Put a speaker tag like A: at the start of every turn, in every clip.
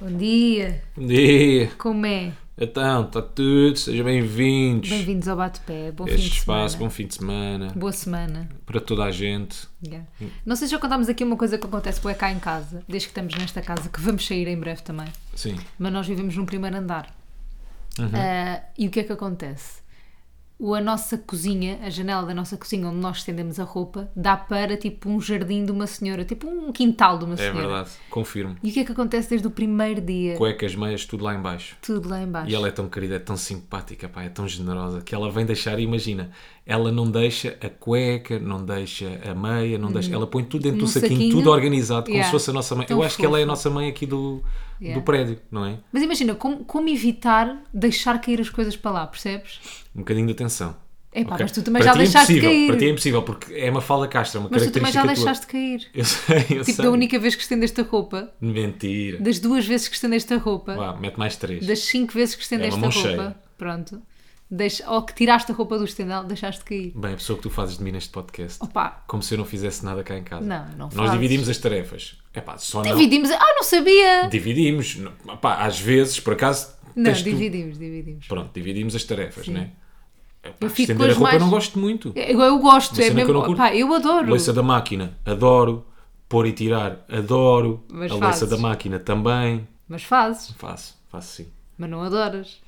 A: Bom dia,
B: Bom dia!
A: como é?
B: Então, está tudo, sejam bem-vindos
A: Bem-vindos ao Bate-Pé, bom
B: a
A: fim
B: este
A: de
B: espaço,
A: semana.
B: bom fim de semana
A: Boa semana.
B: para toda a gente.
A: Yeah.
B: Hum.
A: Não sei se já contámos aqui uma coisa que acontece bué cá em casa, desde que estamos nesta casa, que vamos sair em breve também.
B: Sim,
A: Mas nós vivemos num primeiro andar.
B: Uhum.
A: Ah, e o que é que acontece? O, a nossa cozinha, a janela da nossa cozinha onde nós estendemos a roupa, dá para tipo um jardim de uma senhora, tipo um quintal de uma
B: é
A: senhora.
B: verdade, confirmo.
A: E o que é que acontece desde o primeiro dia?
B: Cuecas, meias, tudo lá em baixo.
A: Tudo lá em baixo.
B: E ela é tão querida, é tão simpática, pá, é tão generosa que ela vem deixar, imagina, ela não deixa a cueca, não deixa a meia, não deixa, ela põe tudo dentro
A: Num
B: do saquinho,
A: Hum. saquinho.
B: tudo organizado, como
A: Yeah.
B: se fosse a nossa mãe.
A: Tão
B: Eu acho que ela é a
A: fofa.
B: nossa mãe aqui do,
A: Yeah.
B: do prédio, não é?
A: Mas imagina, como, como evitar deixar cair as coisas para lá, percebes?
B: Um bocadinho de atenção.
A: Epá,
B: ok?
A: mas tu também
B: Para
A: já
B: ti é
A: deixaste
B: impossível,
A: cair.
B: Para ti é impossível, porque é uma fala castra, uma
A: Mas tu também
B: característica
A: já
B: tua.
A: deixaste cair.
B: Eu sei, eu
A: Tipo,
B: sei.
A: da única vez que estendeste a roupa,
B: Mentira.
A: das duas vezes que estendeste a roupa,
B: Vá, mete mais três.
A: das cinco vezes que estendeste
B: É uma
A: a
B: mão
A: roupa,
B: cheia.
A: pronto, deixa, ou que tiraste a roupa do estendal, deixaste cair.
B: Bem, a pessoa que tu fazes de mim neste podcast.
A: Opa,
B: Como se eu não fizesse nada cá em casa.
A: Não, não
B: Nós
A: fazes.
B: dividimos as tarefas. É pá, só não.
A: dividimos. Ah, não sabia!
B: Dividimos. Não, pá, às vezes, por acaso.
A: Não,
B: tens tu-
A: dividimos, dividimos.
B: Pronto, dividimos as tarefas, né? É pá,
A: Eu fico com
B: estender a
A: as
B: roupa
A: mais-
B: eu não gosto muito.
A: Eu, eu gosto,
B: Uma
A: é
B: cena que eu
A: mesmo.
B: não curto.
A: Pá, eu adoro.
B: Louça da máquina, adoro. Pôr e tirar, adoro.
A: Mas
B: a
A: fazes.
B: louça da máquina também.
A: Mas fazes,
B: Faço, faço sim.
A: mas não adoras.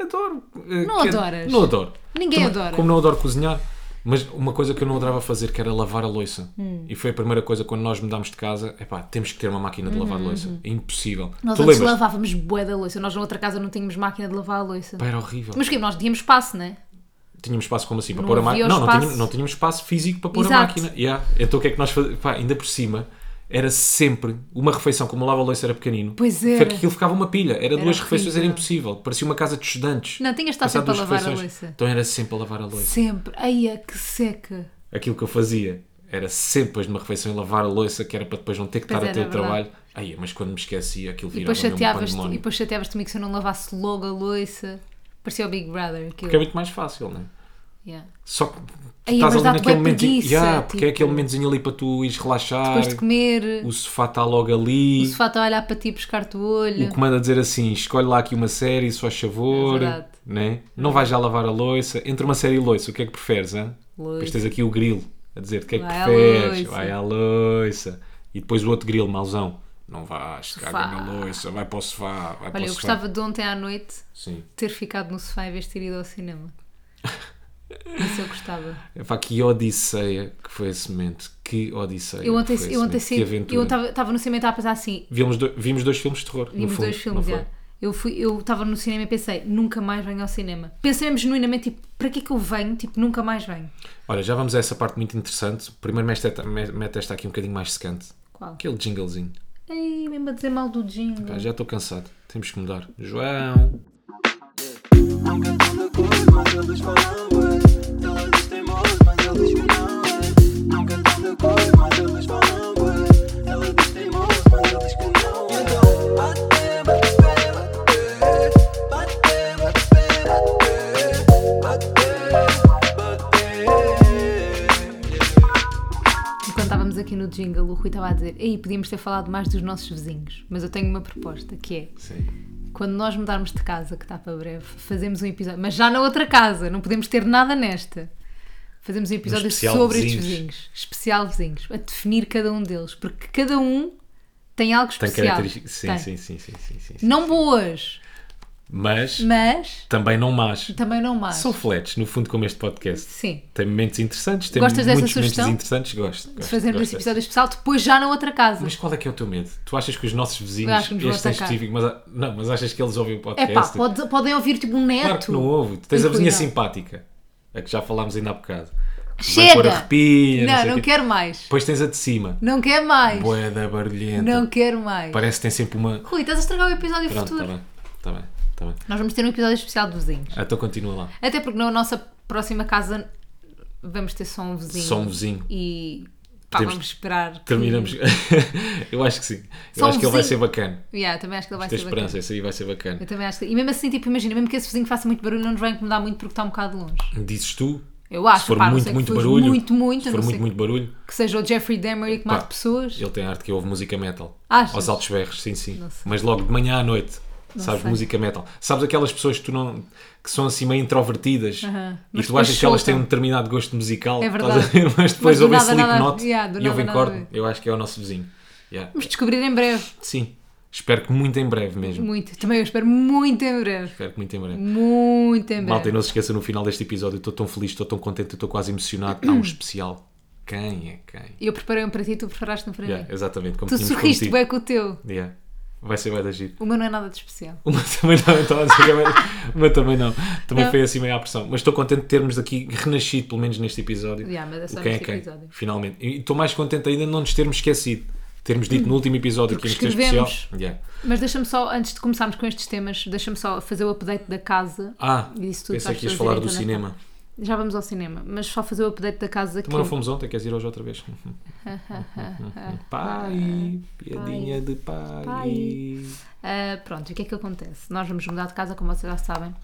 B: Adoro. Eh, é-
A: Não adoras?
B: Não adoro.
A: Ninguém
B: Também,
A: adora.
B: Como não adoro cozinhar, mas uma coisa que eu não adorava fazer, que era lavar a louça.
A: Hum.
B: E foi a primeira coisa quando nós mudámos de casa, é pá, temos que ter uma máquina de lavar louça. É impossível.
A: Uhum. Nós
B: tu
A: antes
B: lembras?
A: lavávamos bué da louça. Nós na outra casa não tínhamos máquina de lavar a louça.
B: Pá, era horrível.
A: Mas que nós tínhamos espaço, né?
B: Tínhamos espaço como assim? Para
A: Não
B: pôr a máquina?
A: havia
B: Não, não
A: espaço.
B: tínhamos, não tínhamos espaço físico para pôr
A: Exato.
B: a máquina. Yeah. Então o que é que nós fazíamos? Pá, ainda por cima, era sempre uma refeição, como o lava-louça era pequenino.
A: Pois
B: foi
A: era.
B: que Aquilo ficava uma pilha. Era, duas refeições, era
A: horrível.
B: impossível. Parecia uma casa de estudantes.
A: Não, tinhas de estar
B: Passar
A: sempre a
B: duas
A: lavar a
B: refeições.
A: louça.
B: Então era sempre a lavar a louça.
A: Sempre. Ai, que seca.
B: aquilo que eu fazia era sempre depois de uma refeição e lavar a louça, que era para depois não ter que
A: Pois
B: estar a
A: era,
B: ter o
A: verdade.
B: trabalho. Aí, mas quando me esquecia, aquilo
A: E
B: virava
A: depois
B: mesmo um
A: chateavas-te e
B: pandemónio.
A: depois chateavas comigo se eu não lavasse logo a louça. Parecia o Big Brother. Aquilo.
B: Porque é muito mais fácil, não é?
A: Yeah.
B: Só que tu
A: Aí, mas
B: estás ali
A: dá-te
B: naquele
A: bué
B: momento.
A: preguiça,
B: Yeah, porque é
A: tipo,
B: aquele momentozinho ali para tu ires relaxar,
A: Depois de comer,
B: é o sofá está logo ali,
A: o sofá está a olhar para ti e pescar-te o
B: o
A: olho.
B: comando a dizer assim: escolhe lá aqui uma série, se faz favor.
A: É Verdade.
B: né? Não vais já lavar a louça. Entre uma série e louça, o que é que preferes? Hein?
A: Louça.
B: Depois tens aqui o grilo a dizer: o que é que
A: Vai à
B: preferes?
A: louça.
B: Vai à louça. E depois o outro grilo, mauzão: não vais, caga
A: Sofá.
B: na louça, vai para o sofá, vai para
A: Olha,
B: o
A: eu
B: sofá.
A: gostava de ontem à noite
B: Sim.
A: ter ficado no sofá em vez de ter ido ao cinema. Isso eu gostava.
B: Epá, É que odisseia que foi esse momento. Que odisseia.
A: Eu ontem,
B: que foi esse
A: eu ontem
B: momento.
A: saí-
B: Que
A: eu
B: aventura.
A: estava estava no cinema e estava a pensar assim,
B: Vimos, do- vimos dois filmes de terror. no
A: vimos
B: fundo,
A: dois
B: não
A: filmes é.
B: foi?
A: já. Eu fui, eu estava no cinema e pensei, nunca mais venho ao cinema. Pensei mesmo genuinamente, tipo, para que é que eu venho? Tipo, nunca mais venho.
B: Olha, já vamos a essa parte muito interessante. Primeiro mete esta, mete esta aqui um bocadinho mais secante.
A: Qual?
B: Aquele jinglezinho.
A: Ei, mesmo a dizer mal do jingle.
B: Pá, já estou cansado. Temos que mudar. João.
C: Nunca estão de acordo, mas eles falam bué. Ela diz teimoso, mas ele diz que não é. Nunca estão de acordo, mas eles falam bué. Ela diz teimoso, mas ele diz que não é. Então, bate, bate, bate, bate. Bate, bate, bate, bate. Yeah.
A: E quando estávamos aqui no jingle, o Rui estava a dizer, ei, podíamos ter falado mais dos nossos vizinhos. Mas eu tenho uma proposta, que é,
B: Sim.
A: quando nós mudarmos de casa, que está para breve, fazemos um episódio, mas já na outra casa, não podemos ter nada nesta. Fazemos um episódio
B: especial
A: sobre estes
B: vizinhos.
A: vizinhos, especial vizinhos, a definir cada um deles, porque cada um tem algo
B: Tem
A: especial.
B: características. Sim,
A: Tem.
B: sim, sim, sim, sim, sim, sim.
A: Não boas,
B: Mas
A: mas
B: também não más.
A: também não más.
B: São fletes, no fundo, como este podcast.
A: Sim.
B: Tem momentos interessantes, tem
A: Gostas dessa
B: muitos
A: sugestão?
B: momentos interessantes. Gosto. gosto
A: De fazermos este
B: gosto dessa.
A: episódio especial depois já na outra casa.
B: Mas qual é que é o teu medo? Tu achas que os nossos
A: Eu
B: vizinhos,
A: acho que nos vão
B: este em
A: atacar.
B: específico, mas, a- não, mas achas que eles ouvem o
A: É
B: podcast?
A: pá, pode- podem ouvir tipo um neto.
B: Claro que não ouve. Tu tens a
A: Ui,
B: vizinha
A: não.
B: simpática, a que já falámos ainda há bocado. Vai pôr
A: Chega!
B: arrepia, não,
A: não,
B: sei
A: não
B: o quê.
A: quero mais.
B: Depois tens a de cima,
A: Não quero mais.
B: boeda barulhenta.
A: Não quero mais.
B: Parece que tem sempre uma.
A: Rui, estás a estragar o episódio
B: então. Pronto,
A: futuro.
B: está bem, está bem, está bem.
A: Nós vamos ter um episódio especial de vizinhos.
B: Ah, Então continua lá.
A: Até porque na nossa próxima casa vamos ter só um vizinho.
B: Só um vizinho.
A: E pá,
B: Podemos-
A: vamos esperar. que-
B: Terminamos. Eu acho que sim. Eu
A: Só um
B: acho que ele vai
A: vizinho.
B: ser bacana.
A: Yeah, também acho que ele vai
B: Tenho
A: ser
B: esperança,
A: bacana.
B: esse aí vai ser bacana.
A: Eu também acho que... E mesmo assim, tipo, imagina, mesmo que esse vizinho faça muito barulho, não nos vai incomodar muito porque está um bocado longe.
B: Dizes tu,
A: Eu acho,
B: Se for
A: pá, não
B: muito,
A: sei, que
B: muito
A: fuja
B: barulho,
A: muito, muito,
B: se
A: a
B: for
A: não ser
B: muito, muito barulho,
A: que seja o Jeffrey Dahmer e que
B: Pá,
A: mate pessoas.
B: ele tem arte que ouve música metal.
A: Achas?
B: Aos altos berros, sim, sim.
A: Não sei.
B: Mas logo de manhã à noite, sabes,
A: sei.
B: música metal. Sabes aquelas pessoas que tu não que são assim meio introvertidas
A: Aham.
B: e
A: Mas
B: tu achas
A: depois
B: que elas têm um
A: soltam.
B: determinado gosto musical,
A: É
B: estás a
A: verdade.
B: ver? mas depois
A: do
B: ouvem
A: nada, nada-
B: Slipknot
A: yeah, do
B: e
A: nada,
B: ouvem
A: nada a
B: Korn.
A: ver.
B: Eu acho que é o nosso vizinho. Yeah.
A: Vamos descobrir em breve.
B: Sim, espero que muito em breve mesmo.
A: Muito. Também eu espero muito em breve.
B: Espero que muito em breve.
A: Muito em breve.
B: Malta, e não se esqueça no final deste episódio, eu estou tão feliz, estou tão contente, eu estou quase emocionado. Há
A: Hum.
B: um especial. Quem é quem?
A: Eu preparei um para ti, tu preparaste um para
B: Yeah,
A: mim.
B: exatamente, como
A: Tu
B: tínhamos
A: sorriste
B: prometido.
A: bem com o teu.
B: Yeah. Vai ser bem da giro.
A: O meu não é nada de especial.
B: Uma também não, então, não sei como é. Uma também não. Também
A: Não.
B: foi assim meio à pressão. Mas estou contente de termos aqui renascido, pelo menos neste episódio.
A: Yeah, mas é só
B: o quem
A: neste
B: é quem,
A: episódio.
B: finalmente. E estou mais contente ainda de não nos termos esquecido. Termos dito no último episódio
A: Hum. Porque
B: que íamos ter especial.
A: escrevemos.
B: Yeah.
A: Mas deixa-me só, antes de começarmos com estes temas, deixa-me só fazer o update da casa.
B: Ah,
A: E isso tudo
B: pensei
A: para
B: que ias
A: as pessoas
B: falar
A: irem
B: do
A: também.
B: cinema.
A: Já vamos ao cinema, mas só fazer o update da casa que
B: Mas não fomos um ontem, queres ir hoje outra vez? pai, piadinha de pai.
A: Pai. Ah, pronto, e o que é que acontece? Nós vamos mudar de casa, como vocês já sabem.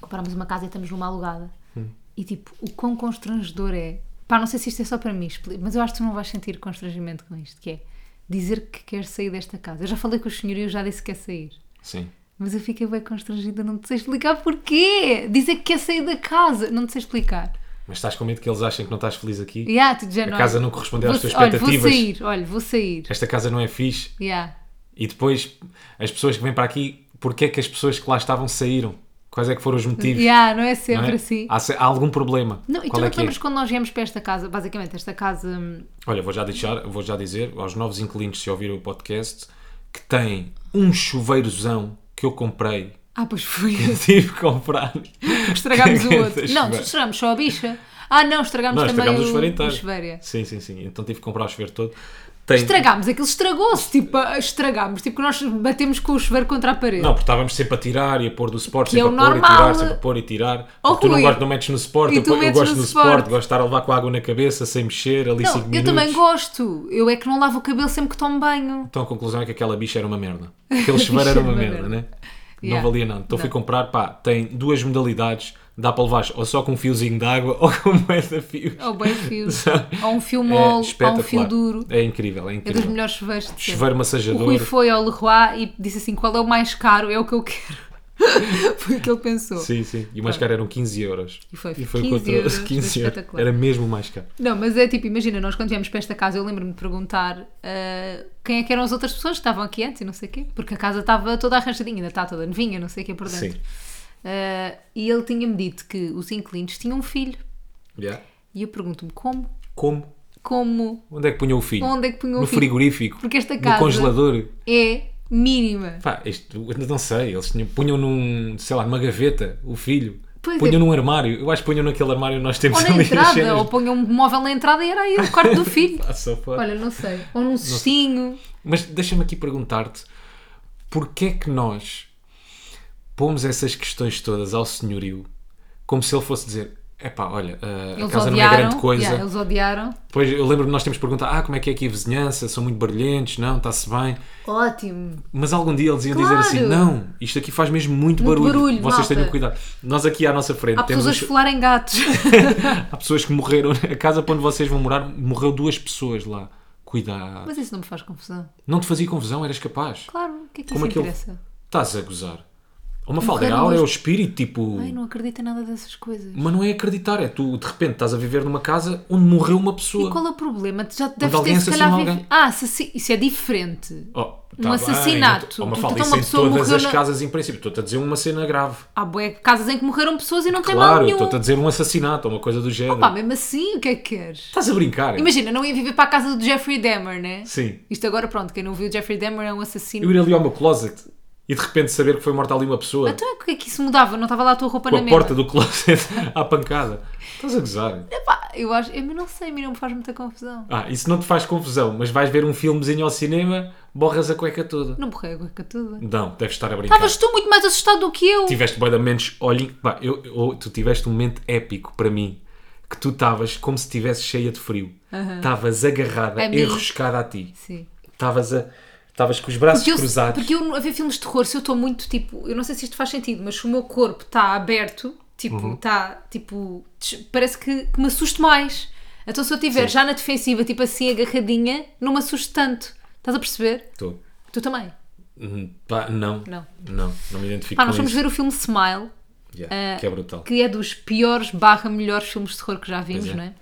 A: Compramos uma casa e estamos numa alugada.
B: Hum.
A: E tipo, o quão constrangedor é. Pá, não sei se isto é só para mim, expli- mas eu acho que tu não vais sentir constrangimento com isto, que é dizer que queres sair desta casa. Eu já falei com o senhor e eu já disse que quer sair.
B: Sim.
A: Mas eu fiquei bem constrangida, não te sei explicar porquê. Dizer que quer sair da casa, não te sei explicar.
B: Mas estás com medo que eles achem que não estás feliz aqui?
A: Yeah, tu já
B: A casa não correspondeu às
A: Vou-
B: tuas
A: Olha, vou
B: expectativas.
A: sair, olha, vou sair.
B: Esta casa não é fixe.
A: Yeah.
B: E depois, as pessoas que vêm para aqui, porque é que as pessoas que lá estavam saíram? Quais é que foram os motivos?
A: Yeah, não é
B: não
A: sempre
B: é?
A: assim.
B: Há, se- há algum problema?
A: Não, e tu
B: Qual
A: não
B: é
A: te
B: que é?
A: lembras quando nós viemos para esta casa, basicamente, esta casa. hum,
B: Olha, vou já, deixar, vou já dizer aos novos inquilinos se ouvirem o podcast que tem um chuveirozão que eu comprei,
A: Ah, pois foi.
B: que eu tive que comprar.
A: Estragámos o
B: Que
A: outro.
B: esse
A: Não,
B: chuveiro.
A: estragámos só a bicha. Ah, não, estragámos
B: Nós
A: também
B: estragámos o
A: o,
B: chuveiro
A: o
B: inteiro.
A: chuveiro, é.
B: Sim, sim, sim. Então tive que comprar o chuveiro todo. Tem...
A: Estragámos, aquilo estragou-se, tipo, ah, estragámos, tipo, que nós batemos com o chuveiro contra a parede.
B: Não, porque estávamos sempre a tirar e a pôr do suporte,
A: Que é
B: sempre
A: o
B: a pôr
A: normal.
B: e tirar, sempre a pôr e tirar.
A: Oh,
B: Porque tu não
A: Rui.
B: gostas, não metes no suporte,
A: E
B: eu,
A: tu
B: ponho- eu
A: metes
B: gosto
A: no
B: no suporte.
A: suporte.
B: gosto de estar a levar com a água na cabeça, sem mexer, ali
A: Não,
B: 5
A: eu
B: minutos.
A: também gosto. Eu é que não lavo o cabelo sempre que tomo banho.
B: Então a conclusão é que aquela bicha era uma merda. Aquele chuveiro era uma merda, né?
A: Yeah.
B: Não valia nada. Então fui
A: Não.
B: comprar, pá, tem duas modalidades, dá para levar ou só com um fiozinho de água ou com um de fios.
A: Ou É bem fios,
B: Sabe?
A: ou um fio mole, ou um fio
B: É espetacular.
A: duro.
B: É incrível, é
A: É dos
B: incrível.
A: melhores chuveiros de sempre.
B: chuveiro
A: O Rui
B: massajador.
A: foi ao Leroy e disse assim: qual é o mais caro? É o que eu quero. foi o que ele pensou.
B: Sim, sim. E o mais caro eram 15 euros.
A: E foi-
B: o
A: 15
B: outro-
A: euros,
B: 15 euros.
A: espetacular.
B: Era mesmo o mais caro.
A: Não, mas é tipo, imagina, nós quando viemos para esta casa, eu lembro-me de perguntar ah, quem é que eram as outras pessoas que estavam aqui antes e não sei o quê, porque a casa estava toda arranjadinha, ainda está toda novinha, não sei o quê por dentro.
B: Sim.
A: Ah, e ele tinha-me dito que os inquilinos tinham um filho.
B: Yeah.
A: E eu pergunto-me como?
B: Como?
A: Como?
B: Onde é que punha o filho?
A: Onde é que punham
B: no
A: o filho?
B: frigorífico?
A: Porque esta
B: No
A: casa-
B: congelador?
A: É mínima.
B: Pá, isto, eu não sei, eles tinham, punham num, sei lá, numa gaveta o filho,
A: Pois é.
B: punham num armário, eu acho que punham naquele armário onde nós temos
A: Ou na
B: ali as
A: entrada,
B: cenas.
A: ou ponham um móvel na entrada e era aí o quarto do filho.
B: Ah, só pode.
A: Olha, não sei. Ou num cestinho.
B: Mas deixa-me aqui perguntar-te, porquê é que nós pomos essas questões todas ao senhorio como se ele fosse dizer, epá, olha, ah, a
A: Eles
B: casa não é
A: odiaram.
B: grande coisa,
A: yeah, eles odiaram.
B: depois eu lembro-me nós temos de perguntar, ah, como é que é aqui a vizinhança, são muito barulhentos, não, está-se bem,
A: Ótimo.
B: Mas algum dia eles iam
A: Claro.
B: dizer assim: não, isto aqui faz mesmo muito,
A: Muito
B: barulho.
A: barulho,
B: Vocês
A: malta."
B: tenham cuidado. Nós aqui à nossa frente
A: Há
B: temos.
A: pessoas a
B: as-
A: esfolarem gatos.
B: Há pessoas que morreram. né? A casa para onde vocês vão morar morreu duas pessoas lá. Cuidado.
A: Mas isso não me faz confusão.
B: Não te fazia confusão, eras capaz.
A: Claro, o que é que isso
B: Como aquilo-
A: interessa?
B: Estás a gozar. Uma falda
A: Morreram
B: aura é o
A: duas-
B: espírito, tipo.
A: Ai, não acredito em nada dessas coisas.
B: Mas não é acreditar, é tu de repente estás a viver numa casa onde morreu uma
A: E
B: pessoa.
A: qual é o problema? Tu já deves
B: alguém
A: ter, se calhar,
B: assassinou
A: vive-
B: alguém.
A: Ah, assassino. isso é diferente.
B: Oh, tá
A: Um
B: bem,
A: assassinato.
B: Uma
A: Tu-
B: falda,
A: tu-
B: isso
A: uma
B: em
A: pessoa
B: todas
A: morreu
B: as
A: na-
B: casas, em princípio. Estou-te a dizer uma cena grave.
A: Há bué casas em que morreram pessoas e não tem mal
B: Claro,
A: nenhum.
B: estou-te a dizer um assassinato ou uma coisa do género.
A: Pá, mesmo assim, o que é que queres?
B: Estás a brincar.
A: Imagina, não ia viver para a casa do Jeffrey Dahmer, né?
B: Sim.
A: Isto agora, pronto, quem não viu, o Jeffrey Dahmer é um
B: Eu
A: assassino.
B: ir ali ao meu closet e de repente saber que foi morta ali uma pessoa
A: Então é que é que isso mudava? Não estava lá a tua roupa
B: com
A: na
B: a
A: mesma?
B: porta do closet à pancada. Estás a gozar.
A: Epá, eu acho... Eu não sei, a mim não me faz muita confusão.
B: Ah, isso não te faz confusão, mas vais ver um filmezinho ao cinema, borras a cueca toda.
A: Não morreu a cueca toda.
B: Não, deves estar a brincar.
A: Estavas tu muito mais assustado do que eu.
B: Tiveste bué de momentos, olhem, pá, eu, eu- tu tiveste um momento épico para mim, que tu estavas como se estivesse cheia de frio. Estavas agarrada,
A: A mim.
B: enroscada a ti.
A: Sim.
B: Estavas a... Estavas com os braços
A: Porque eu,
B: cruzados.
A: porque eu a ver filmes de terror, se eu estou muito tipo, eu não sei se isto faz sentido, mas se o meu corpo está aberto, Tipo,
B: Uhum.
A: tá, tipo, des- parece que, que me assusto mais. Então se eu estiver
B: Sim.
A: já na defensiva, tipo assim, agarradinha, não me assusto tanto. Estás a perceber?
B: Estou.
A: Tu também.
B: Hum, Pá, não.
A: Não.
B: Não, não me identifico
A: Pá,
B: com
A: nós fomos
B: isso.
A: ver o filme Smile,
B: Yeah,
A: eh,
B: que é brutal.
A: que é dos piores barra melhores filmes de terror que já vimos,
B: Pois é.
A: não é?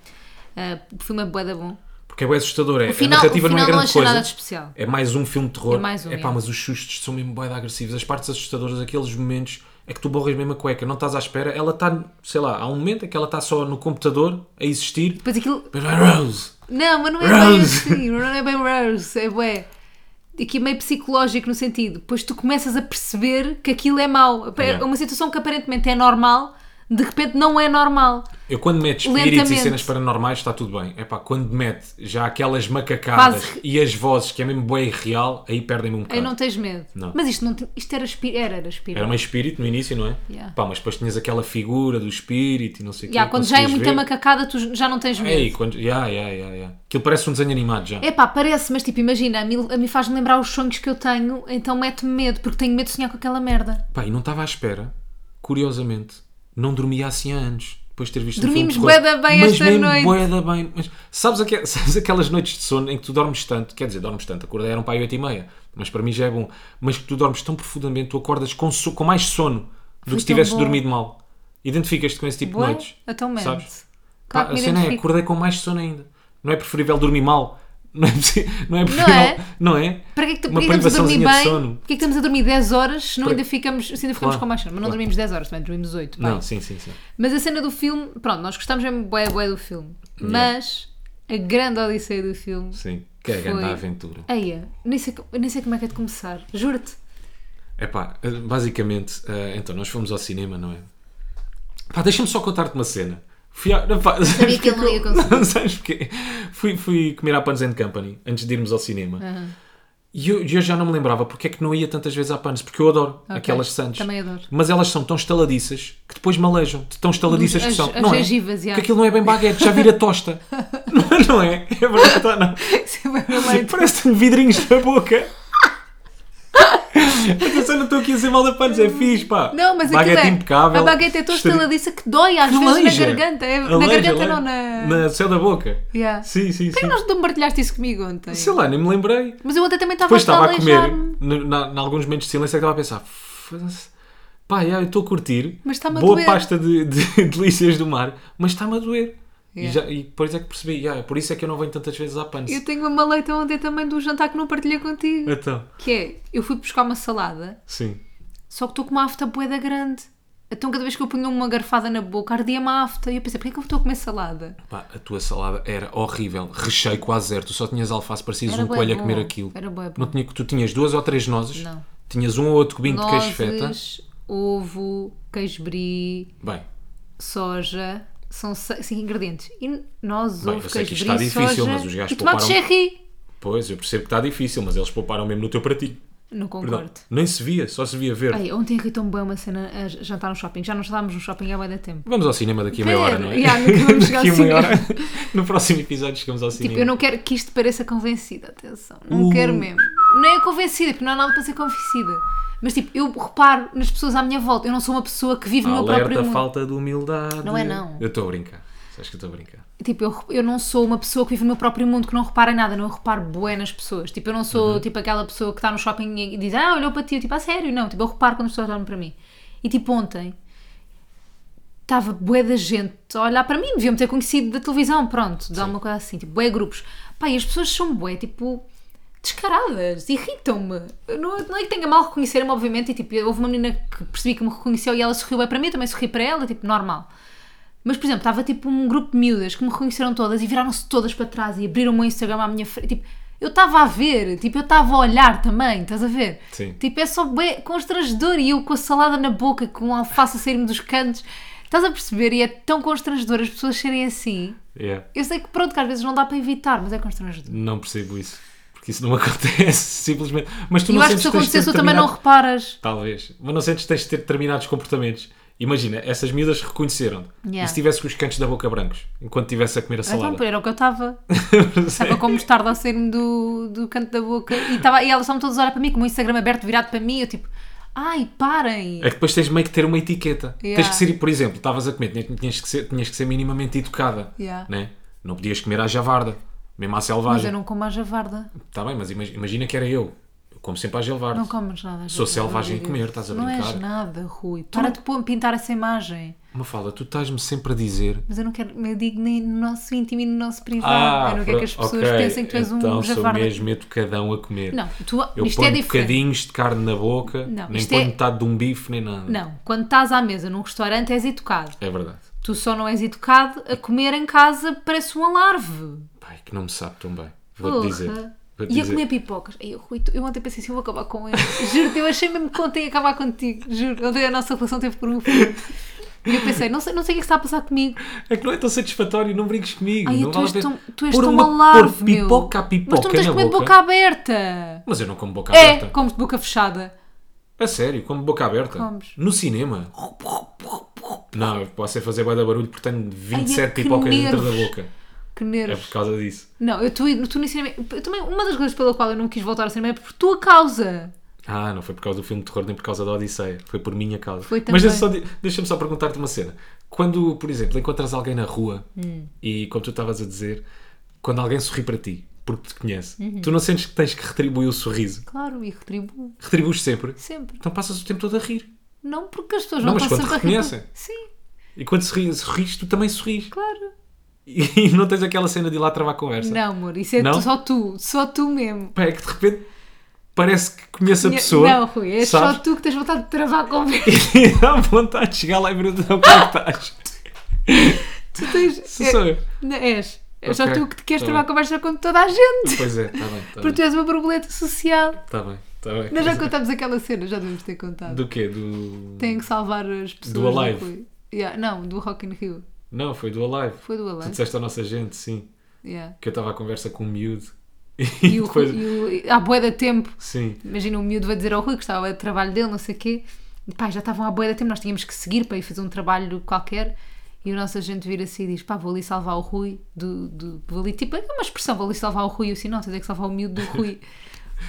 A: Ah, o filme é bué da bom.
B: Porque é bem assustador. É,
A: O final,
B: a
A: o
B: narrativa
A: final
B: não
A: não,
B: é grande
A: achei
B: coisa.
A: nada de especial.
B: É mais um filme de terror.
A: É mais um,
B: Epá,
A: é.
B: mas os sustos são mesmo bem agressivos. As partes assustadoras, aqueles momentos é que tu borras mesmo a cueca, não estás à espera. Ela está, sei lá, há um momento em que ela está só no computador a existir.
A: Depois aquilo.
B: Mas vai Rose!
A: Não, mas não é bem
B: Rose.
A: assim, não é bem Rose, é bué. Aqui é meio psicológico no sentido, depois tu começas a perceber que aquilo é mau. É
B: Yeah.
A: uma situação que aparentemente é normal, de repente não é normal.
B: Eu quando mete espíritos e
A: Lentamente.
B: cenas paranormais está tudo bem. Epá, quando mete já aquelas macacadas
A: Quase-
B: e as vozes que é mesmo bem real, aí perdem-me um
A: Aí
B: bocado.
A: não tens medo.
B: Não.
A: Mas isto, não, ti- isto era espírito. Era, era espírito.
B: Era um espírito no início, não é?
A: Yeah.
B: Pá, mas depois tinhas aquela figura do espírito e não sei o
A: Yeah,
B: quê.
A: quando já é
B: conseguias
A: muita
B: ver. É
A: macacada, tu já não tens medo.
B: Ei, quando... yeah, yeah, yeah, yeah. Aquilo parece um desenho animado já.
A: É pá, parece, mas tipo, imagina, a mim, a mim faz-me lembrar os sonhos que eu tenho, então mete-me medo, porque tenho medo de sonhar com aquela merda.
B: Pá, e não estava à espera, curiosamente, não dormia assim há anos, depois de ter visto
A: Dormimos
B: um filme de
A: bué
B: terror.
A: da bem
B: mas
A: esta
B: mesmo
A: noite.
B: bué da bem. Mas sabes, aque- sabes aquelas noites de sono em que tu dormes tanto, quer dizer, dormes tanto, acordei eram para aí 8 e meia, mas para mim já é bom, mas que tu dormes tão profundamente, tu acordas com, so- com mais sono do que se
A: tão
B: tivesse
A: bom.
B: dormido mal. Identificas-te com esse tipo
A: Boa?
B: de noites.
A: Então mente.
B: sabes?
A: Claro
B: Pá,
A: que me
B: a cena é,
A: identifico.
B: acordei com mais sono ainda. Não é preferível dormir mal? Não é, possi- não é preferível?
A: é?
B: Não é?
A: Para que é que,
B: Uma
A: porquê que estamos a dormir
B: privaçãozinha de
A: bem?
B: sono.
A: Porquê que estamos a dormir 10 horas se não
B: Para-
A: ainda ficamos, se ainda ficamos
B: Claro,
A: com mais sono? Mas não
B: claro.
A: dormimos 10 horas, também dormimos 8.
B: Não, sim, sim, sim.
A: Mas a cena do filme, pronto, nós gostamos mesmo bué, bué do filme. Mas a grande odisseia do filme.
B: Sim. Que é a
A: Foi.
B: grande aventura.
A: Eia, nem sei, co- nem sei como é que é de começar. Juro-te.
B: Epá, basicamente, eh, então, nós fomos ao cinema, não é? Pá, deixa-me só contar-te uma cena. Fui a... não, pá, sabes
A: que ele não ia
B: porque eu- sabes porquê? Fui, fui comer à Panos and Company, antes de irmos ao cinema.
A: Aham.
B: E eu, e eu já não me lembrava porque é que não ia tantas vezes à Panos, porque eu adoro aquelas sandes.
A: Também adoro.
B: Mas elas são tão estaladiças que depois malejam, de tão estaladiças
A: As-
B: que são.
A: as
B: não é?
A: gengivas, já.
B: Que aquilo não é bem baguete, já vira tosta. não, não é? É verdade ou não?
A: Isso é bué violento.
B: Parece que tenho vidrinhos um na boca. Atenção, não estou aqui a dizer mal da panos, é fixe, pá.
A: Não, mas
B: baguete
A: aquilo é.
B: impecável.
A: A baguete é tão
B: Estaria-
A: estaladiça que dói às vezes
B: Aleija.
A: na garganta. É- na
B: Aleija,
A: garganta
B: aleija.
A: não, na.
B: Na céu da boca.
A: Yeah.
B: Sim, sim,
A: Por
B: sim.
A: que nós não partilhaste isso comigo ontem?
B: Sei lá, nem me lembrei.
A: Mas eu ontem também estava
B: Depois estava a comer,
A: aleijar-me.
B: n- na- em alguns momentos de silêncio, é que estava a pensar: "Foda-se, pá, já, eu estou a curtir.
A: Mas está-me a
B: Boa
A: doer."
B: pasta de, de delícias do mar, mas está-me a doer. E,
A: Yeah.
B: já, e depois é que percebi: "Ya, por isso é que eu não venho tantas vezes à panos.
A: Eu tenho uma maleta ontem também do jantar que não partilhei contigo.
B: Então,
A: Que é, eu fui buscar uma salada,
B: sim.
A: só que estou com uma afta boeda grande. Então cada vez que eu punho uma garfada na boca, ardia uma afta. E eu pensei, porquê que eu estou a comer salada?
B: Pá, a tua salada era horrível, recheio quase zero. Tu só tinhas alface, parecias
A: Era
B: um
A: bué
B: coelho a
A: bom,
B: comer aquilo.
A: era bué bom.
B: Não tinha, tu tinhas duas ou três nozes,
A: Não.
B: tinhas um ou outro cubinho de queijo feta.
A: Nozes, ovo, queijo brie,
B: Bem,
A: soja. São 5 ingredientes. E nozes,
B: Bem,
A: ovo,
B: eu sei
A: queijo
B: que
A: brie,
B: isto está difícil,
A: soja
B: mas os gajos
A: e tomate
B: pouparam-
A: cherry.
B: pois, eu percebo que está difícil, mas eles pouparam mesmo no teu pratinho.
A: Não
B: Perdão,
A: concordo.
B: nem se via, só se via verde.
A: Ei, ontem irritou-me bem uma cena a jantar no shopping. Já não estávamos no shopping há bué de tempo.
B: Vamos ao cinema daqui a meia
A: Pera,
B: hora, não é?
A: já, nunca vamos chegar ao
B: daqui a meia
A: cinema.
B: hora. No próximo episódio chegamos ao cinema.
A: Tipo, eu não quero que isto pareça convencida, atenção. Não
B: Uh.
A: quero mesmo. Não é convencida, porque não há nada para ser convencida. Mas tipo, eu reparo nas pessoas à minha volta. Eu não sou uma pessoa que vive no meu próprio
B: Alerta,
A: mundo.
B: falta de humildade.
A: Não é não.
B: Eu estou a brincar. Sabes que eu estou a brincar.
A: Tipo, eu, eu não sou uma pessoa que vive no meu próprio mundo, que não repara em nada, não reparo bué nas pessoas. Tipo, eu não sou tipo aquela pessoa que está no shopping e diz, ah, olhou para ti. Eu, tipo, a sério, não. Tipo, eu reparo quando as pessoas olham para mim. E tipo, ontem estava bué da gente a olhar para mim, deviam-me ter conhecido da televisão, pronto, de alguma coisa assim, tipo, bué grupos. Pá, e as pessoas são bué, tipo, descaradas, irritam-me. Eu Não, não é que tenha mal reconhecer-me, obviamente, e tipo, houve uma menina que percebi que me reconheceu e ela sorriu bem para mim, eu também sorri para ela, tipo, normal. Mas, por exemplo, estava tipo um grupo de miúdas que me reconheceram todas e viraram-se todas para trás e abriram o meu Instagram à minha frente, tipo, eu estava a ver, tipo, eu estava a olhar também, estás a ver?
B: Sim.
A: Tipo, é só bué constrangedor e eu com a salada na boca, com a alface a sair-me dos cantos. Estás a perceber? E é tão constrangedor as pessoas serem assim.
B: Yeah.
A: Eu sei que pronto, que às vezes não dá para evitar, mas é constrangedor.
B: É. Não percebo isso. Porque isso não acontece, simplesmente. Mas tu
A: E eu
B: não
A: acho que se
B: sentes que tens de ter
A: acontecesse, tu também não
B: determinado-
A: reparas.
B: Talvez. Mas não sentes que tens de ter determinados comportamentos. Imagina, essas miúdas reconheceram
A: Yeah.
B: E se tivesse com os cantos da boca brancos, enquanto estivesse a comer a
A: Então,
B: salada.
A: era o que eu estava. Estava com mostarda a sair-me do, do canto da boca e, estava, e elas estavam todas a olhar para mim, com o Instagram aberto, virado para mim. Eu tipo, Ai, parem!
B: É que depois tens meio que ter uma etiqueta.
A: Yeah.
B: Tens que ser, por exemplo, estavas a comer, tinhas, tinhas que ser, tinhas que ser minimamente educada.
A: Yeah.
B: Né? Não podias comer à javarda, mesmo à
A: Mas eu
B: selvagem.
A: não como a javarda.
B: Está bem, mas imag- imagina que era eu. Eu como sempre à javarda.
A: Não comes nada.
B: Sou
A: Rui,
B: selvagem
A: pelo
B: a comer,
A: amor de
B: estás a
A: Deus. Não és
B: brincar?
A: nada, Rui. Para de pôr- pintar essa imagem.
B: Uma fala, tu estás-me sempre a dizer.
A: Mas eu não quero, eu digo nem no nosso íntimo e no nosso privado. eu não
B: pro-
A: quero que as pessoas
B: Ah, ok,
A: pensem que tu és
B: então
A: um
B: sou
A: javarda.
B: mesmo educadão um a comer.
A: Não, tu,
B: Eu
A: isto
B: ponho
A: é diferente.
B: bocadinhos de carne na boca,
A: Não,
B: nem
A: isto
B: ponho
A: é-
B: metade de um bife, nem nada.
A: Não, quando estás à mesa num restaurante és educado.
B: É verdade.
A: Tu só não és educado a comer em casa, parece um alarve.
B: Pai, que não me sabe tão bem.
A: Porra.
B: Vou-te dizer. Vou-te
A: E a
B: dizer.
A: comer pipocas. Ai, eu, Rui, tu- eu ontem pensei assim, eu vou acabar com ele. Juro-te, eu achei mesmo que ontem ia acabar contigo. Juro, ontem a nossa relação teve por um fim. E eu pensei, não sei, não sei o que é que está a passar comigo.
B: É que não é tão satisfatório, não brinques comigo.
A: Ai,
B: não
A: tu és
B: vale a
A: tão,
B: pena.
A: tu és
B: Pôr
A: tão
B: uma-
A: malarve,
B: pôr
A: meu.
B: pipoca a
A: Mas tu
B: pipoca
A: me tens de
B: na
A: comer de
B: boca.
A: boca aberta.
B: Mas eu não como boca
A: É,
B: aberta.
A: comes de boca fechada.
B: A sério, como boca aberta.
A: Comes.
B: No cinema. Não, eu posso é fazer bué de barulho porque tenho 27
A: Ai, é que
B: pipocas dentro da
A: nervos.
B: boca.
A: Que
B: É
A: nervos.
B: por causa disso.
A: Não, eu estou tu no cinema. eu também, uma das coisas pela qual eu não quis voltar ao cinema é por tua causa.
B: Ah, não foi por causa do filme de terror nem por causa da Odisseia. Foi por minha causa.
A: Foi
B: Mas
A: também.
B: deixa-me só, di- deixa-me só perguntar-te uma cena. Quando, por exemplo, encontras alguém na rua
A: Hum.
B: e, como tu estavas a dizer, quando alguém sorri para ti porque te conhece,
A: Uhum.
B: tu não sentes que tens que retribuir o sorriso?
A: Claro, e retribuo.
B: Retribuis sempre?
A: Sempre.
B: Então passas o tempo todo a rir.
A: Não porque as pessoas não,
B: Não, mas
A: estão
B: quando
A: sempre a
B: te
A: rir.
B: reconhecem.
A: Sim,
B: E quando sorris, sorris tu também sorris.
A: claro.
B: E não tens aquela cena de ir lá travar a conversa.
A: Não, amor, isso é
B: Não?
A: tu- só tu. Só tu mesmo.
B: Pá, é que de repente parece que conheço a
A: Minha-
B: pessoa.
A: Não, Rui, és
B: sabes?
A: só tu que tens vontade de travar a conversa.
B: E dá vontade de chegar lá e ver onde é que estás.
A: Tu tens. é,
B: Isso sou eu.
A: Não, és. És
B: Ok,
A: só tu que te queres
B: tá
A: travar a
B: bem.
A: conversa com toda a gente.
B: Pois é, está bem. Está bem.
A: Porque tu és uma borboleta social.
B: Está Tá bem, está bem.
A: Nós já contámos aquela cena, já devemos ter contado.
B: Do quê? Do.
A: Tem que salvar as pessoas. é,
B: Do Alive.
A: Rui. Yeah, não, do Rock in Rio.
B: Não, foi do Alive.
A: Foi do
B: Tu
A: Alive.
B: disseste à nossa gente, sim.
A: Yeah.
B: Que eu estava à conversa com um miúdo. E,
A: E o,
B: depois.
A: Rui- e o, há bué de tempo.
B: Sim.
A: Imagina, o miúdo vai dizer ao Rui que estava de trabalho dele, não sei o quê. E pá, já estavam à boia de tempo, nós tínhamos que seguir para ir fazer um trabalho qualquer. E o nosso agente vira assim e diz: pá, vou ali salvar o Rui. Do, do, vou ali, tipo, é uma expressão, vou ali salvar o Rui. Eu assim, não, tens é que salvar o miúdo do Rui.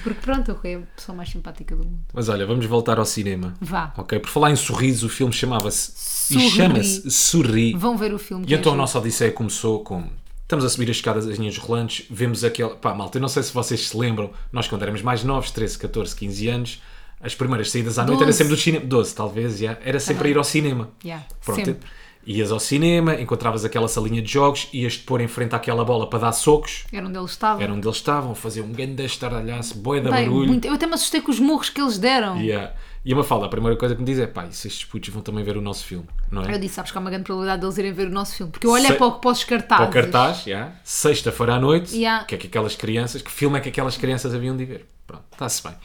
A: Porque pronto, o Rui é a pessoa mais simpática do mundo.
B: Mas olha, vamos voltar ao cinema.
A: Vá.
B: Ok, por falar em sorriso, o filme chamava-se. E
A: Sorri.
B: chama-se Sorri.
A: Vão ver o filme.
B: E
A: que é
B: então a
A: giro.
B: nossa Odisseia começou com. Estamos a subir as escadas das linhas rolantes, vemos aquela. Pá, malta, eu não sei se vocês se lembram, nós quando éramos mais novos, 13, 14, 15 anos, as primeiras saídas à noite era
A: 12.
B: sempre do cinema. 12, talvez, já. Era
A: Tá
B: sempre a ir ao cinema.
A: Yeah,
B: Pronto.
A: sempre.
B: Ias ao cinema, encontravas aquela salinha de jogos, ias-te pôr em frente àquela bola para dar socos,
A: Era onde ele estava.
B: é- era onde eles estavam, fazer um grande estardalhaço, boi da
A: Bem,
B: barulho.
A: é muito- eu até me assustei com os murros que eles deram.
B: Yeah. E a Mafalda, a primeira coisa que me diz é: pá, e se estes putos vão também ver o nosso filme, não é?
A: Eu disse, sabes que há uma grande probabilidade deles irem ver o nosso filme. Porque eu olhei
B: Sei-
A: para, o- para os cartazes.
B: Para o cartaz, yeah. sexta-feira à noite,
A: Yeah.
B: que é que aquelas crianças, que filme é que aquelas crianças haviam de ver? Pronto, está-se bem.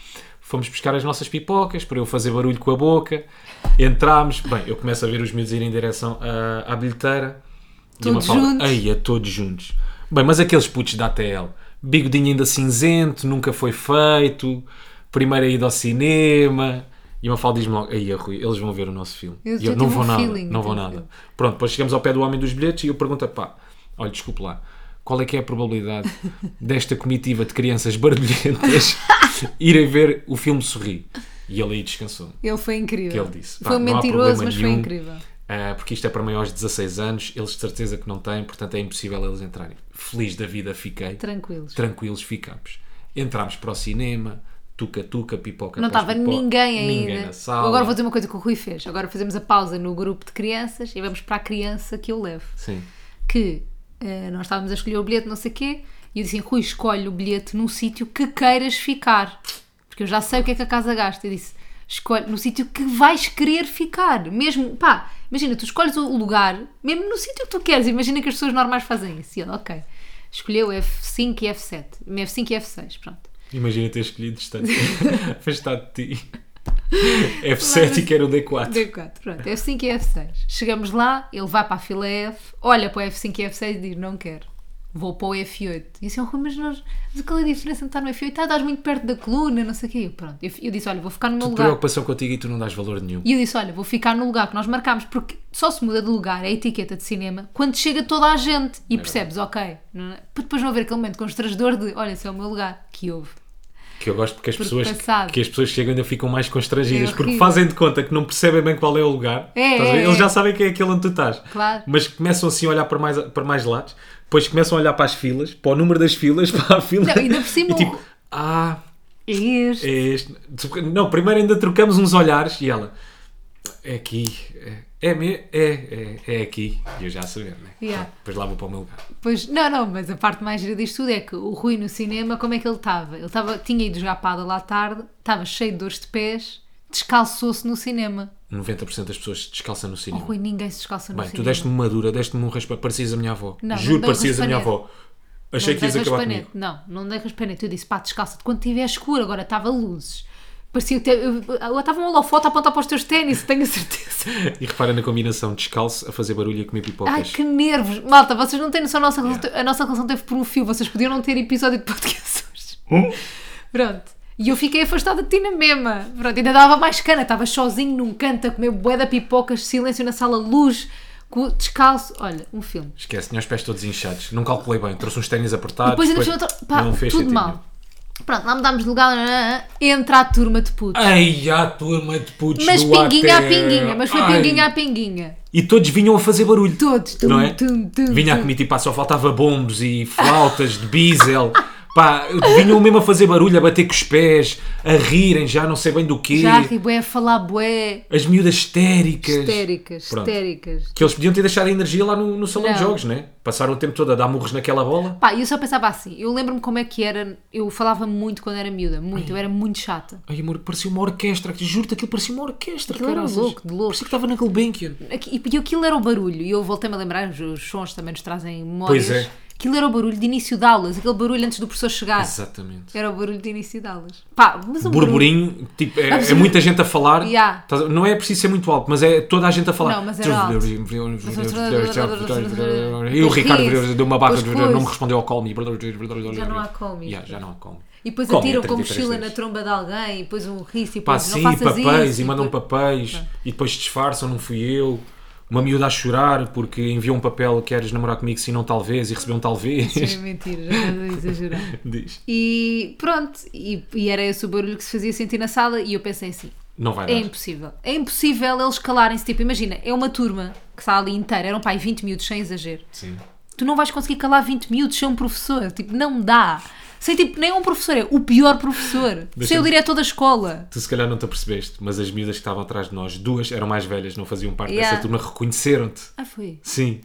B: Fomos buscar as nossas pipocas para eu fazer barulho com a boca, entrámos, bem, eu começo a ver os miúdos ir em direção à- à bilheteira e uma
A: Todos juntos.
B: Ei, a todos juntos. Bem, mas aqueles putos da ATL, bigodinho ainda cinzento, nunca foi feito, primeira ida ao cinema. E uma fala diz-me logo, aí Rui, eles vão ver o nosso filme.
A: Eu
B: E
A: já
B: não
A: tive
B: vou
A: um
B: nada,
A: feeling,
B: não
A: eu tive
B: vou
A: um
B: nada.
A: feeling.
B: Pronto, depois chegamos ao pé do homem dos bilhetes e eu pergunto, pá, olha, desculpe lá, qual é que é a probabilidade desta comitiva de crianças barulhentas irem ver o filme Sorri? E ele aí descansou.
A: Ele foi incrível.
B: Que ele disse, pá,
A: Foi um
B: não há
A: mentiroso,
B: problema
A: mas
B: nenhum.
A: foi incrível.
B: Ah, porque isto é para maiores de 16 anos, eles de certeza que não têm, portanto é impossível eles entrarem. Feliz da vida fiquei,
A: Tranquilos.
B: tranquilos ficamos. Entramos para o cinema, tuca-tuca, pipoca
A: Não
B: após
A: estava
B: pipoca,
A: ninguém ainda.
B: Ninguém na sala.
A: Agora vou dizer uma coisa que o Rui fez. Agora fazemos a pausa no grupo de crianças e vamos para a criança que eu levo.
B: Sim.
A: Que eh, nós estávamos a escolher o bilhete, não sei o quê, e eu disse assim, Rui, escolhe o bilhete num sítio que queiras ficar. Porque eu já sei o que é que a casa gasta. Eu disse, escolhe no sítio que vais querer ficar. Mesmo, pá, imagina, tu escolhes o lugar, mesmo no sítio que tu queres. Imagina que as pessoas normais fazem isso. E ele, ok. Escolheu F5 e F7. F5 e F6, pronto.
B: Imagina ter escolhido distante, afastado de ti. F7 e quero um o D4.
A: D4, pronto, F5 e F6. Chegamos lá, ele vai para a fila F, olha para o F5 e F6 e diz: Não quero, vou para o F8. E assim, Rui, mas nós, mas qual é a diferença entre estar no F8? Ah, estás muito perto da coluna, não sei o quê. Eu, Pronto, eu, eu disse: Olha, vou ficar no meu lugar.
B: Preocupação contigo e tu não dás valor nenhum.
A: E eu disse: Olha, vou ficar no lugar que nós marcámos, porque só se muda de lugar a etiqueta de cinema quando chega toda a gente e percebes, ok, não é? para depois não haver aquele momento constrangedor de: Olha, esse é o meu lugar, que houve.
B: Que eu gosto porque as,
A: Porque
B: pessoas,
A: passado.
B: que as pessoas chegam e ainda ficam mais constrangidas
A: É
B: porque
A: horrível.
B: fazem de conta que não percebem bem qual é o lugar.
A: É,
B: Estás a ver?
A: é,
B: Eles
A: é.
B: já sabem que é aquele onde tu estás.
A: Claro.
B: Mas começam assim a olhar para mais, para mais lados, depois começam a olhar para as filas, para o número das filas, para a fila.
A: Não, ainda por cima
B: E tipo,
A: o-
B: ah,
A: É este.
B: é este. Não, primeiro ainda trocamos uns olhares e ela. É aqui. É, é, me- é, é, é aqui. E eu já a saber, né?
A: Yeah.
B: Pronto, Depois lá vou para o meu lugar.
A: Pois, não, não, mas a parte mais gira disto tudo é que o Rui no cinema, como é que ele estava? Ele estava, tinha ido jogar pada lá à tarde, estava cheio de dores de pés, descalçou-se no cinema.
B: 90% das pessoas se descalçam no
A: O
B: cinema.
A: Oh, Rui ninguém se descalça no
B: Bem, tu
A: cinema.
B: deste-me uma dura, deste-me um raspa, parecias a minha avó.
A: Não,
B: Juro,
A: não dei
B: parecias a minha
A: raspanete.
B: avó. Achei
A: Não
B: que ias
A: dei
B: acabar
A: raspanete.
B: comigo.
A: Não, não dei raspanete. Eu disse, pá, descalça-te. Quando tiver escuro, agora estava luzes. Parecia que te- eu- eu estava um holofote a apontar para os teus ténis, tenho a certeza.
B: E repara na combinação descalço, a fazer barulho e a comer pipocas.
A: Ai, que nervos. Malta, vocês não têm noção, a nossa, relação, a nossa relação teve por um fio. Vocês podiam não ter episódio de podcast hoje.
B: Hum?
A: Pronto. E eu fiquei afastada de ti na mesma. Pronto, ainda dava mais cana. Estava sozinho num canto a comer bué da pipocas, silêncio na sala, luz, co- descalço. Olha, um filme.
B: Esquece, tinha os pés todos inchados. Não calculei bem, trouxe uns ténis apertados.
A: Depois ainda por cima, tro- pá,
B: Ah, não fez
A: tudo
B: sentido
A: mal. Pronto, lá mudámos de lugar. nananã, Entra a turma de putos.
B: nenhum. Ai, a turma de putos
A: mas
B: do
A: pinguinha
B: ATE.
A: a pinguinha. Mas foi
B: Ah, Ai.
A: pinguinha a pinguinha.
B: E todos vinham a fazer barulho.
A: Todos. Tum,
B: não é?
A: tum, tum,
B: Vinha a
A: tum.
B: comer, tipo, pá, só faltava bombos e flautas de diesel. Pá, vinham mesmo a fazer barulho, a bater com os pés, a rirem já não sei bem do quê.
A: Já ri bué, a falar bué.
B: As miúdas histéricas.
A: Histéricas,
B: Pronto.
A: histéricas.
B: Que eles podiam ter deixado a energia lá no, no salão
A: Não.
B: de jogos, né? Passaram o tempo todo a dar murros naquela bola.
A: Pá, eu só pensava assim, eu lembro-me como é que era, eu falava muito quando era miúda, muito, eu era muito chata.
B: Ai, amor, parecia uma orquestra. Juro-te, aquilo parecia uma orquestra.
A: Aquilo era
B: caraças.
A: louco, de louco.
B: Parecia que estava na Gulbenkian.
A: Aqui- E aquilo era o barulho, e eu voltei-me a lembrar, os- os sons também nos trazem memórias.
B: Pois é.
A: Aquilo era o barulho de início de aulas, aquele barulho antes do professor chegar.
B: Exatamente.
A: Era o barulho de início de aulas. Pá, mas um barulho...
B: Burburinho, tipo, é, é muita gente a falar.
A: Yeah.
B: Estás a- Não é preciso ser muito alto, mas é toda a gente a falar.
A: Não, mas era alto.
B: E o Ricardo
A: Rir-se.
B: deu uma barra,
A: Pois, pois.
B: não me respondeu ao calme.
A: Já não há calme.
B: Yeah, já não há calme.
A: E depois
B: Come,
A: atiram
B: é
A: com a
B: 33
A: mochila na
B: vezes.
A: tromba de alguém, e depois um riso, e
B: Pá,
A: depois
B: sim,
A: não faças
B: papéis,
A: isso.
B: e mandam
A: depois-
B: papéis, e depois disfarçam, não fui eu. Uma miúda a chorar porque enviou um papel, queres namorar comigo, se não talvez, e recebeu um
A: Isso é
B: talvez.
A: mentira, já estás a exagerar.
B: Diz,
A: E pronto, e, e era esse o barulho que se fazia sentir na sala, e eu pensei assim:
B: não vai
A: é
B: dar.
A: impossível, é impossível eles calarem-se. Tipo, imagina, é uma turma que está ali inteira, eram pai 20 miúdos, sem exagero.
B: Sim.
A: Tu não vais conseguir calar 20 miúdos sem um professor, tipo, não dá. Sem tipo, nem um professor, é o pior professor, sem o
B: Deixa-me-
A: diretor da escola.
B: Tu se calhar não te apercebeste, mas as miúdas que estavam atrás de nós, duas eram mais velhas, não faziam parte
A: Yeah.
B: dessa turma, reconheceram-te.
A: Ah, foi.
B: Sim.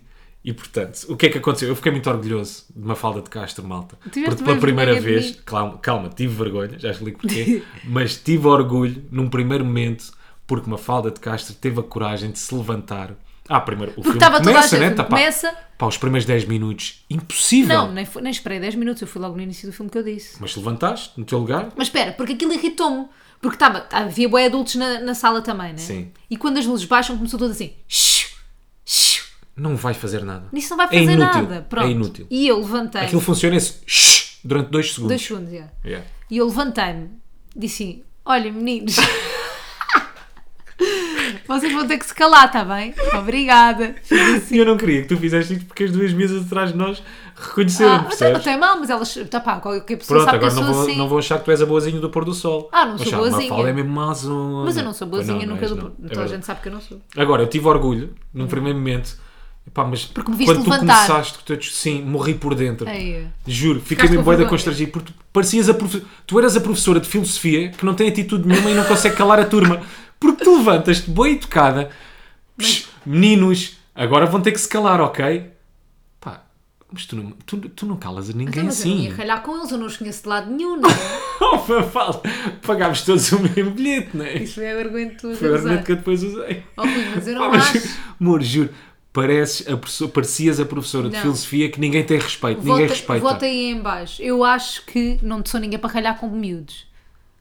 B: E portanto, o que é que aconteceu? Eu fiquei muito orgulhoso de uma falda de Castro Malta.
A: Tiveste
B: porque pela
A: bem
B: primeira
A: vergonha de
B: vez, calma, calma, tive vergonha, já explico porquê, mas tive orgulho num primeiro momento porque uma falda de Castro teve a coragem de se levantar. Ah, primeiro, o filme
A: estava toda a
B: começa,
A: gente,
B: né?
A: o filme
B: Tá, pá,
A: começa.
B: Pá, os primeiros 10 minutos, impossível.
A: Não, né? nem, fo- nem esperei 10 minutos, eu fui logo no início do filme que eu disse.
B: Mas levantaste no teu lugar,
A: Mas espera, porque aquilo irritou-me. Porque estava, havia boi adultos na, na sala também, né?
B: Sim.
A: E quando as luzes baixam, começou tudo assim: "Shiu, shiu".
B: não vai fazer nada.
A: Nisso não vai
B: É
A: fazer
B: inútil,
A: nada. Pronto.
B: É inútil.
A: E eu levantei.
B: Aquilo funciona esse shhh durante 2 segundos.
A: Dois segundos, já.
B: Yeah.
A: E eu levantei-me. Disse assim, olha meninos. Vocês vão ter que se calar, está bem? Obrigada.
B: E eu não queria que tu fizeste isto porque as duas mesas atrás de nós reconheceram,
A: Ah, até não
B: percebes?
A: tem mal, mas elas. Tá, pá, qualquer pessoa
B: Pronto,
A: sabe que eu
B: agora
A: sou
B: não vou,
A: assim.
B: não vou achar que tu és a boazinha do pôr do sol.
A: Ah, não
B: Vou
A: sou
B: achar,
A: boazinha.
B: A Mafalda é mesmo mazona.
A: Mas eu não sou
B: Pois
A: boazinha, nunca
B: és,
A: do.
B: não. É
A: Toda a
B: verdade.
A: gente sabe que eu não sou.
B: Agora, eu tive orgulho, num primeiro momento, Epá, mas
A: Porque me viste
B: quando tu
A: levantar. É
B: começaste, que tu, dizes, sim, morri por dentro.
A: Ai,
B: Juro, fiquei
A: com
B: mesmo boeda
A: vergonha.
B: constrangido porque tu parecias a profe... Tu eras a professora de filosofia que não tem atitude nenhuma e não consegue calar a turma. Porque tu levantas-te boa educada. Psh, Meninos, agora vão ter que se calar, ok? Pá, mas tu não, tu, tu não calas a
A: Então,
B: ninguém
A: mas eu não
B: assim.
A: ia ralhar com eles, eu não os conheço de lado nenhum, não é?
B: Oh, Mafalda, pagámos todos o mesmo bilhete, não é?
A: Isso foi a vergonha de tu
B: Foi o argumento
A: usar.
B: que eu depois usei.
A: Oh, Rui, mas eu
B: Pá,
A: não
B: mas,
A: acho.
B: amor, juro, pareces a professora- parecias a professora de
A: Não.
B: filosofia que ninguém tem respeito, ninguém
A: Vota,
B: respeita.
A: vota aí em baixo. Eu acho que não te sou ninguém para ralhar com miúdos.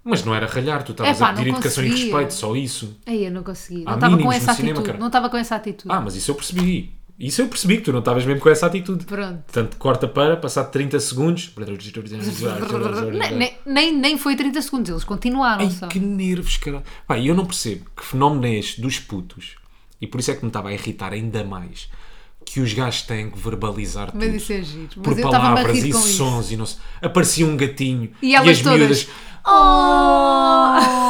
B: Mas não era ralhar, tu estavas
A: Epá,
B: a pedir
A: não
B: educação e
A: conseguia.
B: respeito, só isso.
A: Aí eu não consegui.
B: Há
A: Não estava com
B: mínimos
A: essa
B: no
A: atitude.
B: cinema, cara.
A: não estava com essa atitude.
B: Ah, mas isso eu percebi. Isso eu percebi que tu não estavas mesmo com essa atitude.
A: Pronto.
B: Portanto, corta para, passado 30 segundos.
A: Nem- nem, nem, nem foi 30 segundos, eles continuaram
B: é Ai,
A: só.
B: que nervos, cara. Pá, eu não percebo que fenómeno é este dos putos. E por isso é que me estava a irritar ainda mais. que os gajos têm que verbalizar
A: Mas
B: tudo.
A: isso é giro.
B: por
A: Mas eu estava a
B: palavras
A: rir
B: e
A: com isso.
B: sons e não sei. Aparecia um gatinho
A: E
B: e,
A: elas
B: as
A: todas,
B: miúdas.
A: Oh!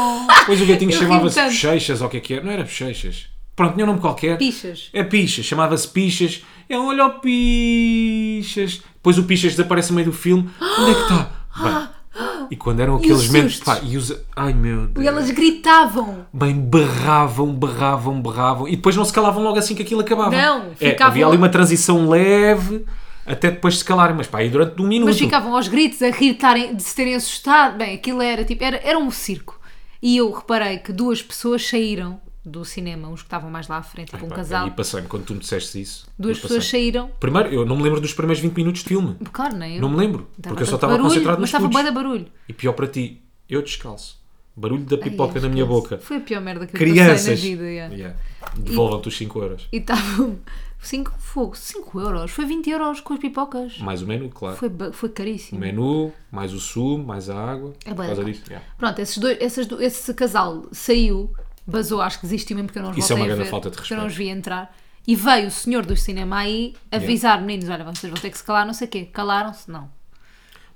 B: Pois o gatinho
A: Eu ri-me
B: chamava-se
A: tanto.
B: Bochechas ou o que é que era. Não era Bochechas. Pronto, tinha um nome qualquer.
A: Pichas.
B: É Pichas. Chamava-se Pichas. É um olho ao Pichas. Depois o Pichas desaparece no meio do filme. Onde é que está? Bem, e quando eram aqueles
A: os
B: momentos.
A: sustos?
B: Pá, e os... Ai meu Deus.
A: E elas gritavam.
B: Bem, berravam, berravam, berravam. E depois não se calavam logo assim que aquilo acabava.
A: Não,
B: É,
A: ficavam-
B: Havia ali uma transição leve até depois se calarem. Mas pá, aí durante um minuto.
A: Mas ficavam aos gritos, a rir de tarem- de se terem assustado. Bem, aquilo era tipo, era, era um circo. E eu reparei que duas pessoas saíram do cinema, uns que estavam mais lá à frente, tipo um
B: Pá,
A: casal.
B: E passei-me quando tu me disseste isso.
A: Duas
B: eu
A: pessoas
B: passei-me.
A: saíram.
B: Primeiro, eu não me lembro dos primeiros 20 minutos de filme.
A: Claro, nem eu.
B: Não me lembro.
A: Dava
B: Porque eu só
A: tanto
B: estava
A: barulho, Mas
B: concentrado nos
A: estava
B: putos.
A: bué da barulho.
B: E pior para ti, eu descalço. Barulho da
A: Ai,
B: pipoca na minha
A: esquece.
B: boca.
A: Foi a pior merda que eu passei
B: Crianças.
A: na vida. yeah.
B: Yeah. Devolvam-te os 5 euros.
A: E estavam 5 fogo, 5 euros. Foi 20 euros com as pipocas.
B: Mais o menu, claro.
A: Foi, ba- foi
B: O
A: caríssimo.
B: menu, mais o sumo, mais a água.
A: É
B: por
A: bué
B: causa
A: da
B: disso. Yeah.
A: Pronto, esses dois, essas do- esse casal saiu, basou, acho que desistiu mesmo porque eu não os
B: Isso é
A: voltei
B: uma
A: a
B: grande
A: ver,
B: falta de
A: porque eu não os
B: respeito.
A: vi entrar. E veio o senhor do cinema aí avisar meninos, olha, vocês vão ter que se calar, não sei o quê. Calaram-se, não.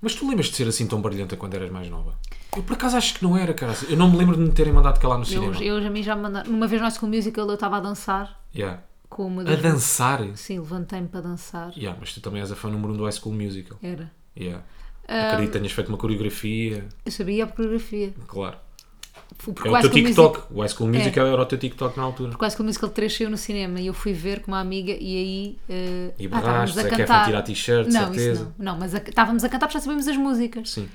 B: Mas tu lembras de ser assim tão brilhante quando eras mais nova? Eu por acaso acho que não era, cara. Eu não me lembro de me terem mandado calar no
A: Eu,
B: cinema.
A: eu, a mim já me mandaram. Uma vez no High School Musical eu estava a dançar
B: Yeah.
A: com uma
B: A
A: das...
B: dançar?
A: Sim, levantei-me para dançar.
B: Yeah, mas tu também és a fã número 1 um do High School Musical.
A: Era.
B: Yeah. Acredito que tenhas feito uma coreografia.
A: Eu sabia a coreografia.
B: Claro.
A: Porque
B: É o teu
A: School
B: TikTok.
A: Musical-
B: O High School
A: É.
B: Musical era é o teu TikTok na altura.
A: Quase que o Musical 3 saiu no cinema e eu fui ver com uma amiga e aí. eh,
B: E
A: ah,
B: borraste,
A: estávamos a
B: Zé Kefra
A: cantar.
B: tira a t-shirt,
A: não,
B: certeza.
A: Isso não, não, mas a- estávamos a cantar porque já sabíamos as músicas.
B: Sim.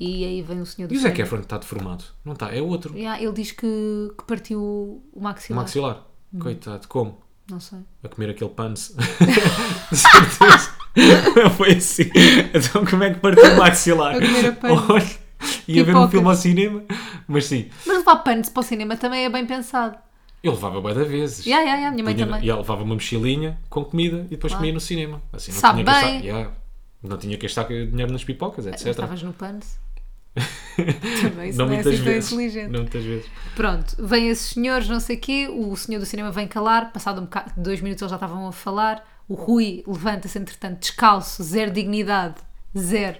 A: E aí vem o senhor do
B: E o Zac
A: cinema.
B: Efron está é tá deformado? Não está, é outro.
A: Yeah, ele diz que, que partiu o
B: O
A: maxilar.
B: maxilar.
A: Hum.
B: Coitado, como?
A: Não sei.
B: A comer aquele pans. De certeza. Foi assim. Então como é que partiu o maxilar?
A: A comer a pano.
B: Olha, ia ver um
A: Pipocas.
B: filme ao cinema. Mas sim,
A: Mas levar panos para o cinema também é bem pensado.
B: eu levava bué da vezes.
A: Yeah, yeah, yeah, a minha mãe
B: Punha-
A: também.
B: E ela levava uma mochilinha com comida e depois comia no cinema. Assim, não
A: Sabe
B: tinha que
A: bem.
B: gastar, yeah. não tinha que gastar dinheiro nas pipocas, etc.
A: Estavas no panos. Também, isso
B: não
A: não, é
B: muitas
A: assim tão
B: vezes.
A: inteligente.
B: Não muitas vezes.
A: Pronto, vêm esses senhores, não sei o quê, o senhor do cinema vem calar, passado um bocado, dois minutos eles já estavam a falar, o Rui levanta-se entretanto descalço, zero dignidade, zero,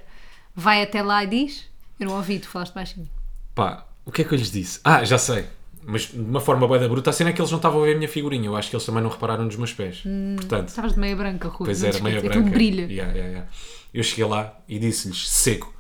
A: vai até lá e diz, eu não ouvi, tu falaste baixinho.
B: Pá, o que é que eu lhes disse? Ah, já sei. Mas de uma forma bem da bruta, a cena é que eles não estavam a ver a minha figurinha. Eu acho que eles também não repararam nos meus pés. Portanto,
A: Estavas de meia branca, Rui.
B: pois
A: Hum, tá não te
B: era meia
A: esqueças, é um
B: branca.
A: Aquilo brilha.
B: Yeah, yeah, yeah. Eu cheguei lá e disse-lhes seco: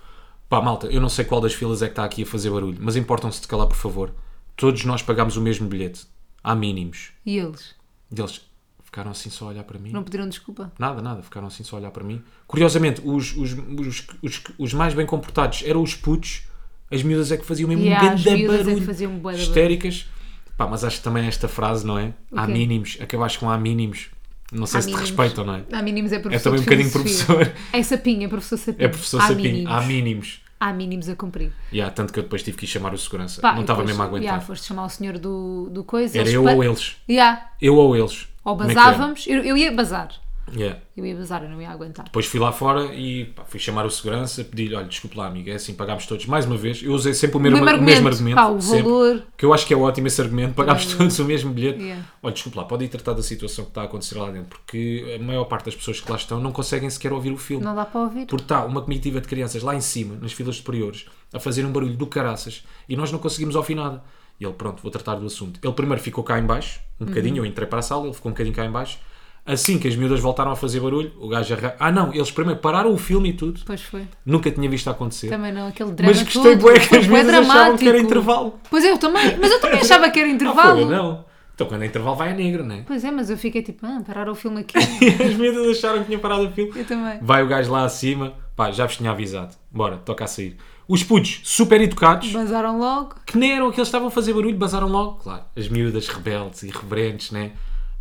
B: pá, malta, eu não sei qual das filas é que está aqui a fazer barulho, mas importam-se de calar, por favor. Todos nós pagámos o mesmo bilhete. Há mínimos.
A: E eles?
B: E eles ficaram assim só a olhar para mim.
A: Não pediram desculpa?
B: Nada, nada, ficaram assim só a olhar para mim. Curiosamente, os, os, os, os, os mais bem comportados eram os putos, as miúdas é que faziam mesmo
A: Yeah,
B: um
A: as
B: grande
A: miúdas é que
B: barulho.
A: faziam bué de barulho.
B: histéricas. Pá, mas acho que também esta frase, não é? Há
A: quê?
B: mínimos, acabaste com há mínimos. Não sei
A: Há
B: se
A: mínimos.
B: te respeitam, não é?
A: Há mínimos é professor
B: também
A: de
B: um bocadinho
A: filosofia.
B: professor.
A: É sapinho, é professor sapinho.
B: É professor
A: há
B: Sapinho,
A: Mínimos.
B: há mínimos.
A: Há mínimos a cumprir.
B: Yeah, tanto que eu depois tive que ir chamar o segurança.
A: Pá,
B: não estava
A: depois,
B: mesmo a aguentar.
A: yeah, foste chamar o senhor do, do coisa.
B: Era
A: eles
B: eu
A: pa-
B: ou eles.
A: Yeah,
B: Eu ou eles.
A: ou
B: Como é que era?
A: basávamos, eu, eu ia bazar.
B: Yeah.
A: Eu ia bazar, eu não ia aguentar.
B: Depois fui lá fora e pá, fui chamar o segurança, pedi-lhe, olha, desculpe lá, amiga, é assim, pagámos todos mais uma vez. Eu usei sempre o mesmo,
A: mesmo
B: o mesmo
A: argumento. Pá,
B: argumento.
A: o
B: sempre,
A: valor.
B: Que eu acho que é ótimo esse argumento, pagámos
A: Também eu.
B: todos o mesmo bilhete.
A: É. Yeah.
B: Olha, desculpe lá, pode ir tratar da situação que está a acontecer lá dentro, porque a maior parte das pessoas que lá estão não conseguem sequer ouvir o filme.
A: Não dá para ouvir.
B: Porque está uma comitiva de crianças lá em cima, nas filas superiores, a fazer um barulho do caraças e nós não conseguimos ouvir nada. E ele, pronto, vou tratar do assunto. Ele primeiro ficou cá em baixo, um bocadinho,
A: Uhum.
B: eu entrei para a sala, ele ficou um bocadinho cá em baixo. Assim que as miúdas voltaram a fazer barulho, o gajo arran... Ah não, eles primeiro pararam o filme e tudo.
A: Pois foi.
B: Nunca tinha visto acontecer.
A: Também não, aquele drama
B: Mas gostei
A: todo.
B: bué que
A: Foi
B: as
A: bué
B: miúdas achavam que era
A: dramático.
B: intervalo.
A: Pois eu também, mas eu também achava que era
B: Ah, foi,
A: intervalo.
B: não. Então quando é intervalo vai a negro, não é?
A: pois é, mas eu fiquei tipo, ah, parar o filme aqui.
B: E as miúdas acharam que tinha parado o filme.
A: Eu também.
B: Vai o gajo lá acima, pá, já vos tinha avisado. Bora, toca a sair. Os putos, super educados.
A: Bazaram logo.
B: que nem eram aqueles que estavam a fazer barulho, basaram logo. Claro, as miúdas rebeldes e reverentes, né?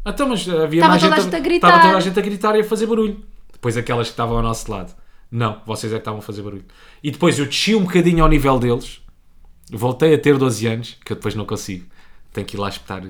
B: Então, mas havia
A: Estava
B: mais
A: toda a
B: gente
A: gente a gritar.
B: Estava toda a gente a gritar e a fazer barulho. Depois aquelas que estavam ao nosso lado. Não, vocês é que estavam a fazer barulho. E depois eu desci um bocadinho ao nível deles. Voltei a ter 12 anos, que eu depois não consigo. Tenho que ir lá espetar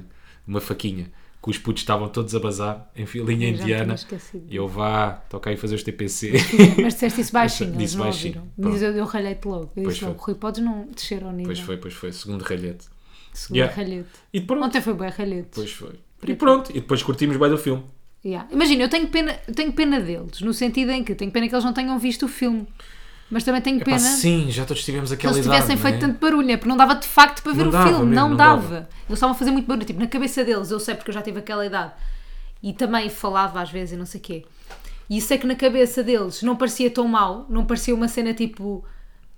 B: uma faquinha. Que os putos estavam todos a bazar em
A: Eu já
B: filinha
A: me tinha
B: indiana.
A: esquecido.
B: E eu vá, toca aí fazer os TPC.
A: Mas disseste isso baixinho, eles
B: Disse
A: não
B: baixinho,
A: ouviram.
B: pronto.
A: Mas eu, eu ralhei-te logo. Eu
B: Pois
A: disse logo,
B: foi.
A: Rui, podes não descer ao nível.
B: pois foi, pois foi. Segundo ralhete.
A: Segundo
B: Yeah. um
A: ralhete.
B: E pronto.
A: Ontem foi bem ralhete.
B: Pois foi. E pronto, e depois curtimos bem do filme.
A: Yeah. Imagina, eu tenho pena, eu tenho pena deles, no sentido em que tenho pena que eles não tenham visto o filme. Mas também tenho
B: Epá,
A: pena
B: sim, já todos tivemos
A: que
B: aquela
A: eles
B: idade.
A: tivessem
B: não é?
A: feito tanto barulho, é porque não dava de facto para ver
B: Não
A: o
B: dava
A: filme,
B: mesmo,
A: não,
B: não
A: dava.
B: dava.
A: Eles estavam a fazer muito barulho, tipo, na cabeça deles, eu sei porque eu já tive aquela idade. E também falava às vezes e não sei o quê. E isso é que na cabeça deles não parecia tão mal, não parecia uma cena tipo.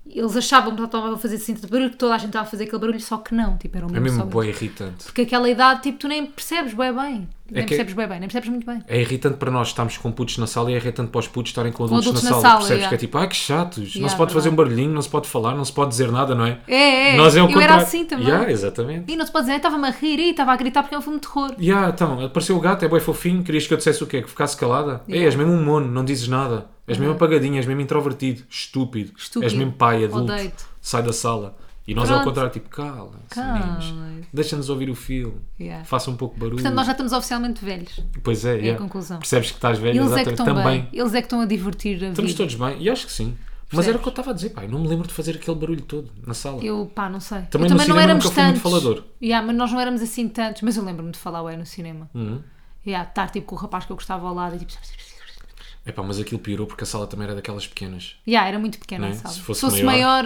A: Eles achavam que estavam a fazer esse tipo de barulho, que toda a gente estava a fazer aquele barulho, só que não, tipo, era um
B: É mesmo
A: só
B: boa irritante.
A: Porque aquela idade, tipo, tu nem percebes bem bem. Nem
B: É que-
A: percebes bem bem, nem percebes muito bem.
B: É irritante para nós estarmos com putos na sala e é irritante para os putos estarem com adultos,
A: adultos
B: na,
A: na
B: sala.
A: sala,
B: Percebes
A: yeah.
B: que é tipo, ah, que chatos, não
A: Yeah,
B: se pode fazer um
A: verdade.
B: barulhinho, não se pode falar, não se pode dizer nada, não é?
A: É, é.
B: Nós é o
A: eu era
B: contrário.
A: assim também.
B: Yeah, exatamente.
A: E não se pode dizer, "Ai, estava-me a rir e estava a gritar porque é um filme de terror.
B: Ya, então, apareceu o gato, é boi fofinho, querias que eu dissesse o quê? Que ficasse calada? É, és mesmo um mono, não dizes nada. És mesmo apagadinho, és mesmo introvertido, estúpido.
A: Estúpido.
B: És mesmo pai, adulto.
A: Odeio-te.
B: Sai da sala. E nós é ao
A: Pronto.
B: contrário, tipo, cala,
A: Calem-se.
B: meninos. Deixa-nos ouvir o filme.
A: Yeah.
B: Faça um pouco de barulho.
A: Portanto, nós já estamos oficialmente velhos.
B: Pois é, ya.
A: a conclusão.
B: Percebes que estás velho,
A: Eles é que
B: exatamente.
A: estão
B: Também.
A: bem. Eles é que estão a divertir a
B: Estamos
A: vida.
B: todos bem, e acho que sim. Mas
A: Percebes?
B: era o que eu estava a dizer, pá, eu não me lembro de fazer aquele barulho todo na sala.
A: Eu, pá, não sei.
B: Também
A: eu também
B: no
A: não
B: cinema
A: éramos
B: nunca fui muito
A: tantos.
B: falador.
A: Yeah, mas nós não éramos assim tantos. Mas eu lembro-me de falar ué no cinema.
B: Uhum.
A: Yeah, estar tipo com o rapaz que eu gostava ao lado e tipo.
B: É pá, mas aquilo piorou porque a sala também era daquelas pequenas.
A: Yeah, era muito pequena,
B: Não é?
A: sabe?
B: Se fosse
A: maior...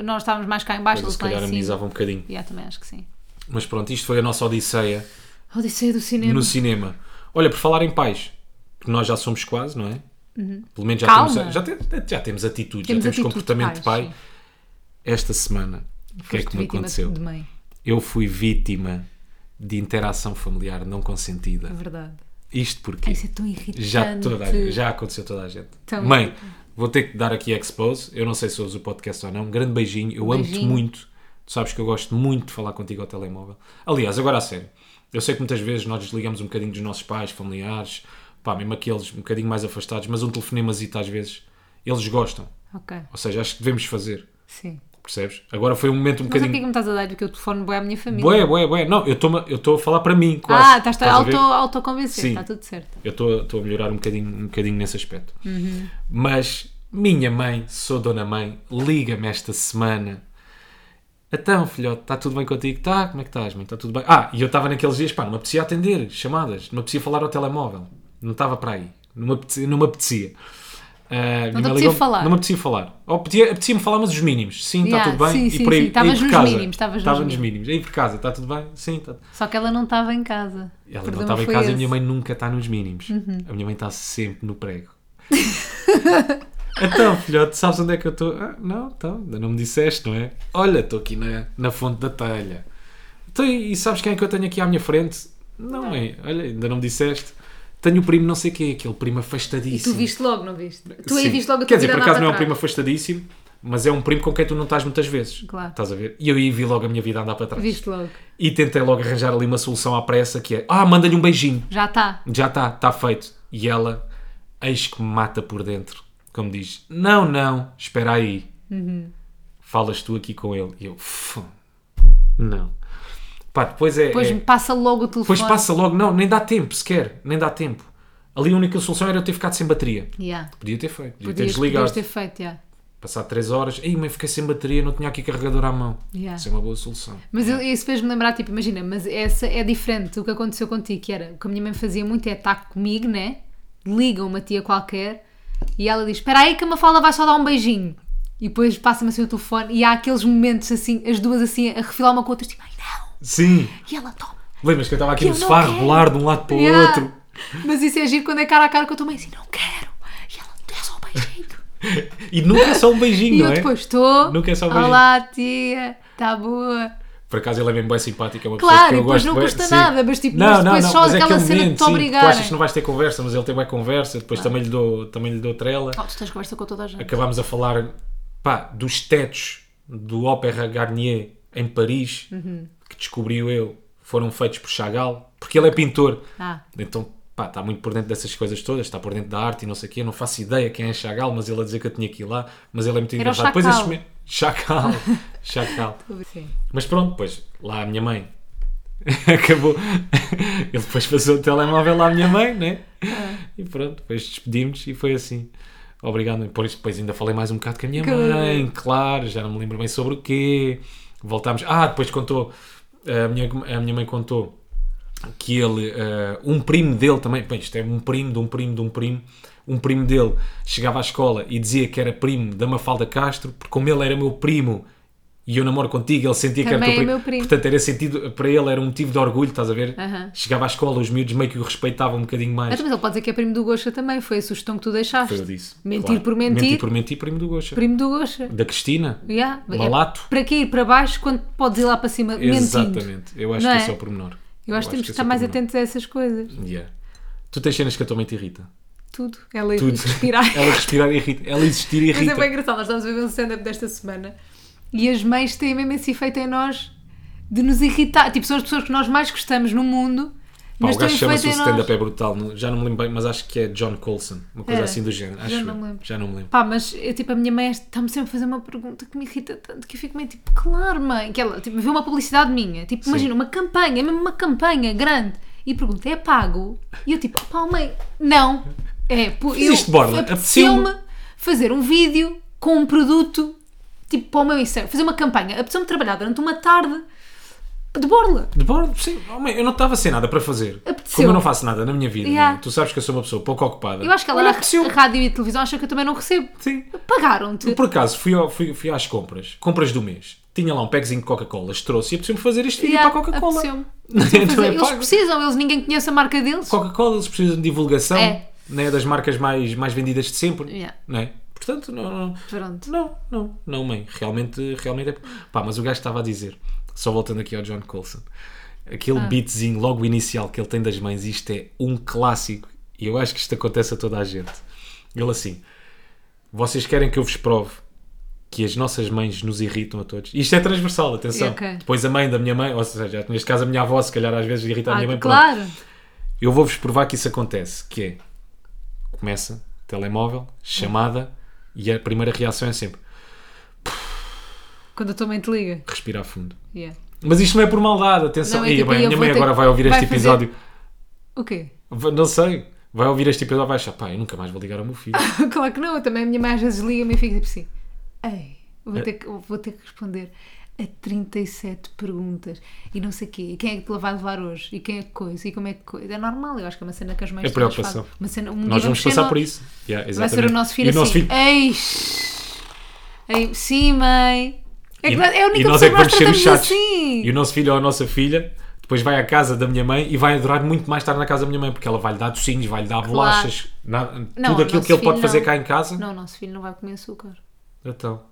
A: nós estávamos mais cá em baixo,
B: Mas
A: eles
B: se
A: lá
B: calhar
A: em cima.
B: amenizava um bocadinho.
A: Yeah, também acho que sim.
B: Mas pronto, isto foi a nossa odisseia
A: A Odisseia do cinema.
B: no cinema. Olha, por falar em pais, que nós já somos quase, não é? Pelo menos já
A: Uhum. Calma.
B: temos, já, te- já temos atitude,
A: Temos
B: já temos
A: atitude
B: comportamento
A: de
B: de
A: pais,
B: pai. Esta semana, o que é
A: Foste
B: que me
A: vítima
B: aconteceu?
A: De mãe,
B: Eu fui vítima de interação familiar não consentida.
A: é verdade.
B: Isto porquê?
A: Isso é tão irritante.
B: Já, toda a- já aconteceu toda a gente.
A: Tão
B: Mãe,
A: irritante.
B: vou ter que dar aqui expose. Eu não sei se ouves o podcast ou não. Um grande beijinho. Eu amo-te
A: beijinho.
B: muito. Tu sabes que eu gosto muito de falar contigo ao telemóvel. Aliás, agora a sério. Eu sei que muitas vezes nós desligamos um bocadinho dos nossos pais, familiares, pá, mesmo aqueles um bocadinho mais afastados, mas um telefonemazito às vezes, eles gostam.
A: Ok,
B: Ou seja, acho que devemos fazer.
A: sim.
B: Percebes? Agora foi um momento um
A: Mas o que é que
B: bocadinho.
A: me estás a dar? Porque eu telefono bem à minha família.
B: Bué, bué, bué. Não, eu estou eu estou a falar para mim, quase.
A: ah, estás
B: Estás a ver?
A: auto, autoconvencer,
B: Sim.
A: está tudo certo.
B: Eu estou estou a melhorar um bocadinho, um bocadinho nesse aspecto.
A: Uhum.
B: Mas minha mãe, sou dona mãe, liga-me esta semana. Então, filhote, está tudo bem contigo? Está, como é que estás, mãe? Está tudo bem? Ah, e eu estava naqueles dias, pá, não me apetecia atender chamadas, não me apetecia falar ao telemóvel. Não estava para aí. Não me apetecia. Não me apetecia. Ah, minha mãe
A: apetecia
B: ligou-me,
A: falar.
B: Não me apetecia falar. Ou apetecia- apetecia-me falar, mas os mínimos. Sim, está
A: Yeah,
B: tudo bem.
A: sim,
B: e
A: sim,
B: por aí,
A: sim,
B: e
A: estavas
B: por
A: nos
B: casa.
A: mínimos, estavas nos
B: Estava nos mínimos. Aí por casa, está tudo bem? Sim, tá- está
A: Só que ela não estava em casa. O
B: ela não
A: problema
B: estava em
A: foi
B: casa e a
A: esse. Uhum.
B: minha mãe nunca está nos mínimos. A minha mãe está sempre no prego. então, filhote, sabes onde é que eu estou? Ah, não, então, ainda não me disseste, não é? Olha, estou aqui na, na fonte da telha. Então, e e sabes quem é que eu tenho aqui à minha frente? Não, mãe, olha, ainda não me disseste. Tenho o primo não sei quê, aquele primo
A: E tu
B: afastadíssimo.
A: viste logo, não viste? Tu aí
B: Sim.
A: viste logo a
B: Quer
A: tua
B: dizer, por
A: viradota
B: acaso não é um
A: atrás.
B: primo afastadíssimo, mas é um primo com quem tu não estás muitas vezes.
A: Claro.
B: Estás a ver? E eu aí vi logo a minha vida andar para trás.
A: Viste logo.
B: E tentei logo arranjar ali uma solução à pressa que é, ah, manda-lhe um beijinho
A: Já está.
B: já está, está feito. E ela, eis que me mata por dentro, como diz, não, não, espera aí.
A: Uhum.
B: Falas tu aqui com ele. E eu, "Fu, não. Pá, depois é...
A: Depois
B: é-
A: passa logo o telefone.
B: depois passa logo, não, nem dá tempo sequer, nem dá tempo. Ali a única solução era eu ter ficado sem bateria.
A: Yeah.
B: Podia ter feito, podia ter
A: Podias, podias
B: desligado.
A: ter feito, yeah.
B: Passar 3 horas, ei, mas fiquei sem bateria, não tinha aqui carregador à mão.
A: Yeah.
B: Isso é uma boa solução.
A: Mas eu- isso fez-me lembrar, tipo, imagina, mas essa é diferente do que aconteceu contigo, que era, o que a minha mãe fazia muito é estar comigo, né? Liga uma tia qualquer e ela diz, espera aí que a Mafalda vai só dar um beijinho. E depois passa-me assim o telefone e há aqueles momentos assim, as duas assim, a refilar uma com a outra, tipo, ai não,
B: Sim,
A: e ela toma.
B: lembras que eu estava aqui
A: Que
B: no
A: eu não
B: sofá a
A: quero.
B: rebolar de um lado para o
A: Yeah.
B: outro.
A: Mas isso é giro quando é cara a cara que eu também assim, não quero. E ela, é só um beijinho.
B: E nunca é só um beijinho,
A: e
B: não
A: eu
B: é?
A: depois estou.
B: Nunca é só um beijinho.
A: Olá, tia, está boa.
B: Por acaso ele é mesmo bem simpático, é uma
A: Claro,
B: pessoa que
A: e
B: eu
A: depois
B: gosto
A: não
B: bué.
A: custa
B: Sim.
A: nada, mas tipo, mas depois só
B: mas é
A: aquela
B: aquele
A: cena de
B: momento,
A: te
B: sim,
A: obrigarem.
B: Tu achas que não vais ter conversa, mas ele tem bem conversa, depois também, lhe dou, também lhe dou trela.
A: Oh, tu tens conversa com toda a gente.
B: Acabámos a falar, pá, dos tetos do Opera Garnier em Paris,
A: Uhum.
B: que descobriu eu, foram feitos por Chagall, porque ele é pintor.
A: Ah.
B: Então, pá, está muito por dentro dessas coisas todas, está por dentro da arte e não sei o quê. Eu não faço ideia quem é Chagall, mas ele a dizer que eu tinha que ir lá, mas ele é muito
A: Era o
B: engraçado. Depois esses
A: Chacal.
B: me- Chacal, Chacal.
A: Sim.
B: Mas pronto, pois lá a minha mãe acabou. Ele depois passou o telemóvel lá à minha mãe, né?
A: Ah.
B: E pronto, depois despedimos e foi assim. Obrigado, mãe. Por isso, depois ainda falei mais um bocado com a minha
A: Que-
B: mãe, claro, já não me lembro bem sobre o quê. Voltámos. Ah, depois contou, a minha, a minha mãe contou que ele, eh, um primo dele também, bem, isto é um primo de um primo de um primo, um primo dele chegava à escola e dizia que era primo da Mafalda Castro, porque como ele era meu primo e eu namoro contigo, ele sentia que era
A: Também
B: teu
A: é
B: primo.
A: meu primo.
B: Portanto, era sentido, para ele era um motivo de orgulho, estás a ver?
A: Aham.
B: Chegava à escola, os miúdos meio que o respeitavam um bocadinho mais.
A: Mas ele pode dizer que é primo do Gosha também, foi a sugestão que tu deixaste.
B: Foi eu disse.
A: Mentir
B: claro.
A: por mentir,
B: Mentir por mentir, primo do Gosha.
A: primo do Gosha.
B: Da Cristina.
A: Yeah. É
B: Malato.
A: para quê ir para baixo quando podes ir lá para cima mentindo?
B: Exatamente. Eu acho
A: é Não
B: que
A: é?
B: é só o pormenor.
A: Eu acho que temos que
B: esse é
A: estar
B: o
A: mais
B: pormenor.
A: atentos a essas coisas.
B: Yeah. Tu tens cenas que a tua mãe te irrita.
A: Tudo. Ela
B: Tudo.
A: respirar.
B: Ela respirar irrita. Ela existir
A: Mas é bem
B: irrita.
A: engraçado, nós estamos a ver um stand-up desta semana e as mães têm mesmo esse efeito em nós de nos irritar. Tipo, são as pessoas que nós mais gostamos no mundo,
B: Pá,
A: mas
B: o
A: têm um
B: gajo chama-se
A: efeito
B: o
A: em nós.
B: stand-up é brutal. não- Já não me lembro bem, mas acho que é John Colson. Uma coisa
A: Era.
B: assim do género.
A: Já
B: acho eu.
A: não me lembro.
B: Já não me lembro.
A: Pá, mas eu, tipo, a minha mãe está-me sempre a fazer uma pergunta que me irrita tanto que eu fico meio tipo, claro, mãe, que ela tipo, vê uma publicidade minha, tipo, imagina uma campanha, mesmo uma campanha grande, e pergunta, é pago? E eu tipo, pá, mãe, não, é, pô, eu
B: Fizeste borla,
A: apeteceu-me fazer um vídeo com um produto, tipo, para o meu Instagram, fazer uma campanha, apeteceu-me trabalhar durante uma tarde de borla.
B: De bordo, sim. Oh, mãe, eu não estava sem nada para fazer.
A: Apeteceu.
B: Como eu não faço nada na minha vida,
A: Yeah.
B: mãe, tu sabes que eu sou uma pessoa pouco ocupada.
A: Eu acho que ela,
B: Olha,
A: na
B: apeteceu.
A: rádio e televisão, acha que eu também não recebo.
B: Sim.
A: Pagaram-te.
B: Por acaso, fui, ao- fui, fui às compras, compras do mês, tinha lá um packzinho de Coca-Cola, trouxe e apeteceu-me fazer este vídeo
A: Yeah,
B: para a Coca-Cola.
A: apeteceu-me.
B: Então é
A: eles
B: pago.
A: precisam, eles ninguém conhece a marca deles.
B: Coca-Cola, eles precisam de divulgação
A: É.
B: né, das marcas mais, mais vendidas de sempre.
A: Yeah.
B: Não é? Portanto, não, não,
A: Pronto.
B: não, não, não, mãe. Realmente, realmente é. Pá, mas o gajo estava a dizer, só voltando aqui ao John Colson, aquele
A: Ah.
B: beatzinho logo inicial que ele tem das mães, isto é um clássico e eu acho que isto acontece a toda a gente. Ele assim, vocês querem que eu vos prove que as nossas mães nos irritam a todos? Isto é transversal, atenção.
A: Ok.
B: Depois a mãe da minha mãe, ou seja, neste caso a minha avó, se calhar às vezes irrita a Tá, minha
A: Ah,
B: mãe. pronto.
A: claro.
B: Eu vou-vos provar que isso acontece, que é começa,
A: Hum.
B: telemóvel, chamada e a primeira reação é sempre
A: Quando a tua mãe te liga.
B: respirar fundo.
A: Yeah.
B: Mas isto não é por maldade, atenção.
A: Não, é
B: Ei,
A: tipo,
B: bem,
A: eu
B: minha
A: vou
B: mãe
A: ter-
B: agora vai ouvir
A: vai
B: este
A: fazer-
B: episódio,
A: O quê?
B: Va- não sei, vai ouvir este episódio e vai achar, pá, eu nunca mais vou ligar ao meu filho.
A: claro que não. Eu também a minha mãe às vezes liga-me e fica tipo assim. Ei,
B: É.
A: vou ter, que, vou ter que responder a 37 perguntas e não sei o quê. E quem é que te vai levar hoje? E quem é que coisa? E como é que coisa? É normal, eu acho que é uma cena que as mães
B: É
A: todas
B: preocupação.
A: fazem. Uma cena, um dia
B: Nós vamos
A: ser
B: passar
A: nós.
B: por isso. Yeah,
A: Vai ser o
B: exatamente.
A: nosso filho
B: E o nosso
A: assim.
B: filho-
A: Ei, shhh. Ei, sim, mãe. É, que
B: E-
A: nós- é a única
B: e nós
A: pessoa
B: é que vamos ser
A: tratamos
B: os chatos.
A: assim.
B: E o nosso filho ou a nossa filha depois vai à casa da minha mãe e vai adorar muito mais estar na casa da minha mãe, porque ela vai-lhe dar docinhos, vai-lhe dar bolachas, nada-
A: Não,
B: tudo
A: o
B: aquilo
A: nosso
B: que ele pode
A: filho
B: fazer
A: não.
B: cá em casa.
A: Não, o nosso filho não vai comer açúcar.
B: Então.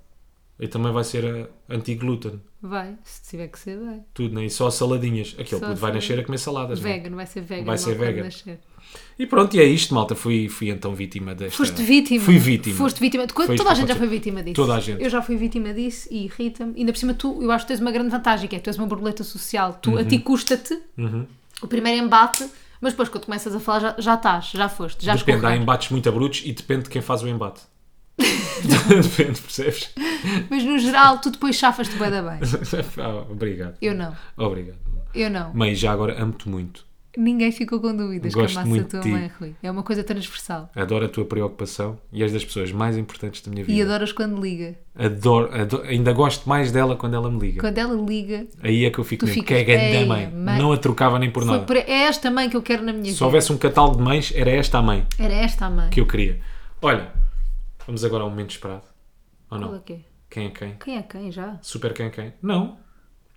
B: E também vai ser eh, anti-glúten.
A: Vai, se tiver que ser, vai.
B: Tudo, né? E só saladinhas. Aquele
A: Só
B: puto vai
A: saladinhas.
B: nascer a comer saladas, né?
A: Vegan, vai ser vegan.
B: Vai
A: logo
B: ser
A: quando
B: vegan.
A: nascer.
B: E pronto, e é isto, malta. Fui, fui então vítima desta...
A: Foste vítima.
B: Fui vítima.
A: Foste vítima. De co-
B: Foi isto
A: Toda a
B: que
A: gente já foi
B: aconteceu.
A: vítima disso.
B: Toda a gente.
A: Eu já fui vítima disso e irrita-me. Ainda por cima, tu, eu acho que tens uma grande vantagem, que é tu és uma borboleta social. Tu,
B: Uhum.
A: a ti custa-te o primeiro embate, mas depois quando começas a falar já, já estás, já foste, já
B: Depende, há
A: escorregaste.
B: embates muito abruptos e depende de quem faz o embate. depende, percebes?
A: Mas no geral, tu depois chafas-te bué da bem.
B: Ah, Obrigado.
A: Eu não.
B: Obrigado.
A: Eu não.
B: Mãe, já agora amo-te muito.
A: Ninguém ficou com dúvidas
B: Gosto
A: com a massa da
B: muito
A: tua
B: de ti.
A: mãe, Rui. É uma coisa transversal.
B: Adoro a tua preocupação e és das pessoas mais importantes da minha
A: E
B: vida.
A: adoras quando liga.
B: Adoro, adoro- ainda gosto mais dela quando ela me liga.
A: Quando ela liga,
B: Aí é que eu fico
A: Tu
B: mesmo,
A: ficas,
B: que é grande
A: "Ei,
B: da mãe.
A: mãe."
B: Não a trocava nem por
A: Foi
B: nada.
A: por é esta mãe que eu quero na minha
B: Se
A: vida.
B: houvesse um catálogo de mães, era esta a mãe
A: Era esta a mãe.
B: que eu queria. Olha, vamos agora ao momento esperado. Ou
A: Qual é
B: não?
A: que é?
B: Quem é quem?
A: Quem é quem já?
B: Super quem é quem? Não.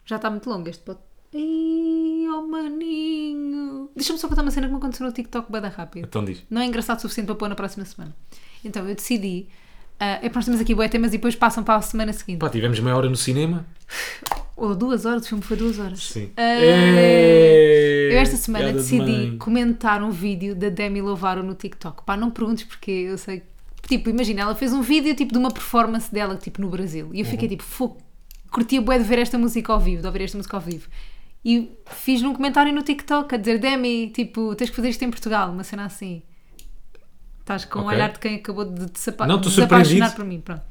A: Já está muito longo este pote. Ai, oh maninho. Deixa-me só contar uma cena que me aconteceu no TikTok bada rápido.
B: Então diz.
A: Não é engraçado o suficiente para pôr na próxima semana. Então eu decidi. ah, é que nós temos aqui bué temas e depois passam para a semana seguinte.
B: Pá, tivemos meia hora no cinema?
A: Ou duas horas, o filme foi duas horas.
B: Sim.
A: Ah,
B: Ei,
A: Eu esta semana
B: piada de
A: decidi
B: mãe.
A: comentar um vídeo da Demi Lovato no TikTok. Pá, não me perguntes porque eu sei. Tipo, imagina, ela fez um vídeo tipo de uma performance dela, tipo no Brasil. E eu fiquei
B: Uhum.
A: tipo, fogo, curtia bué de ver esta música ao vivo, de ouvir esta música ao vivo. E fiz um comentário no TikTok a dizer, Demi, tipo, tens que fazer isto em Portugal, uma cena assim. Estás com o
B: Ok.
A: olhar de quem acabou de te sapa-
B: Não, estou
A: desapaixonar
B: surpreendido.
A: por mim, pronto.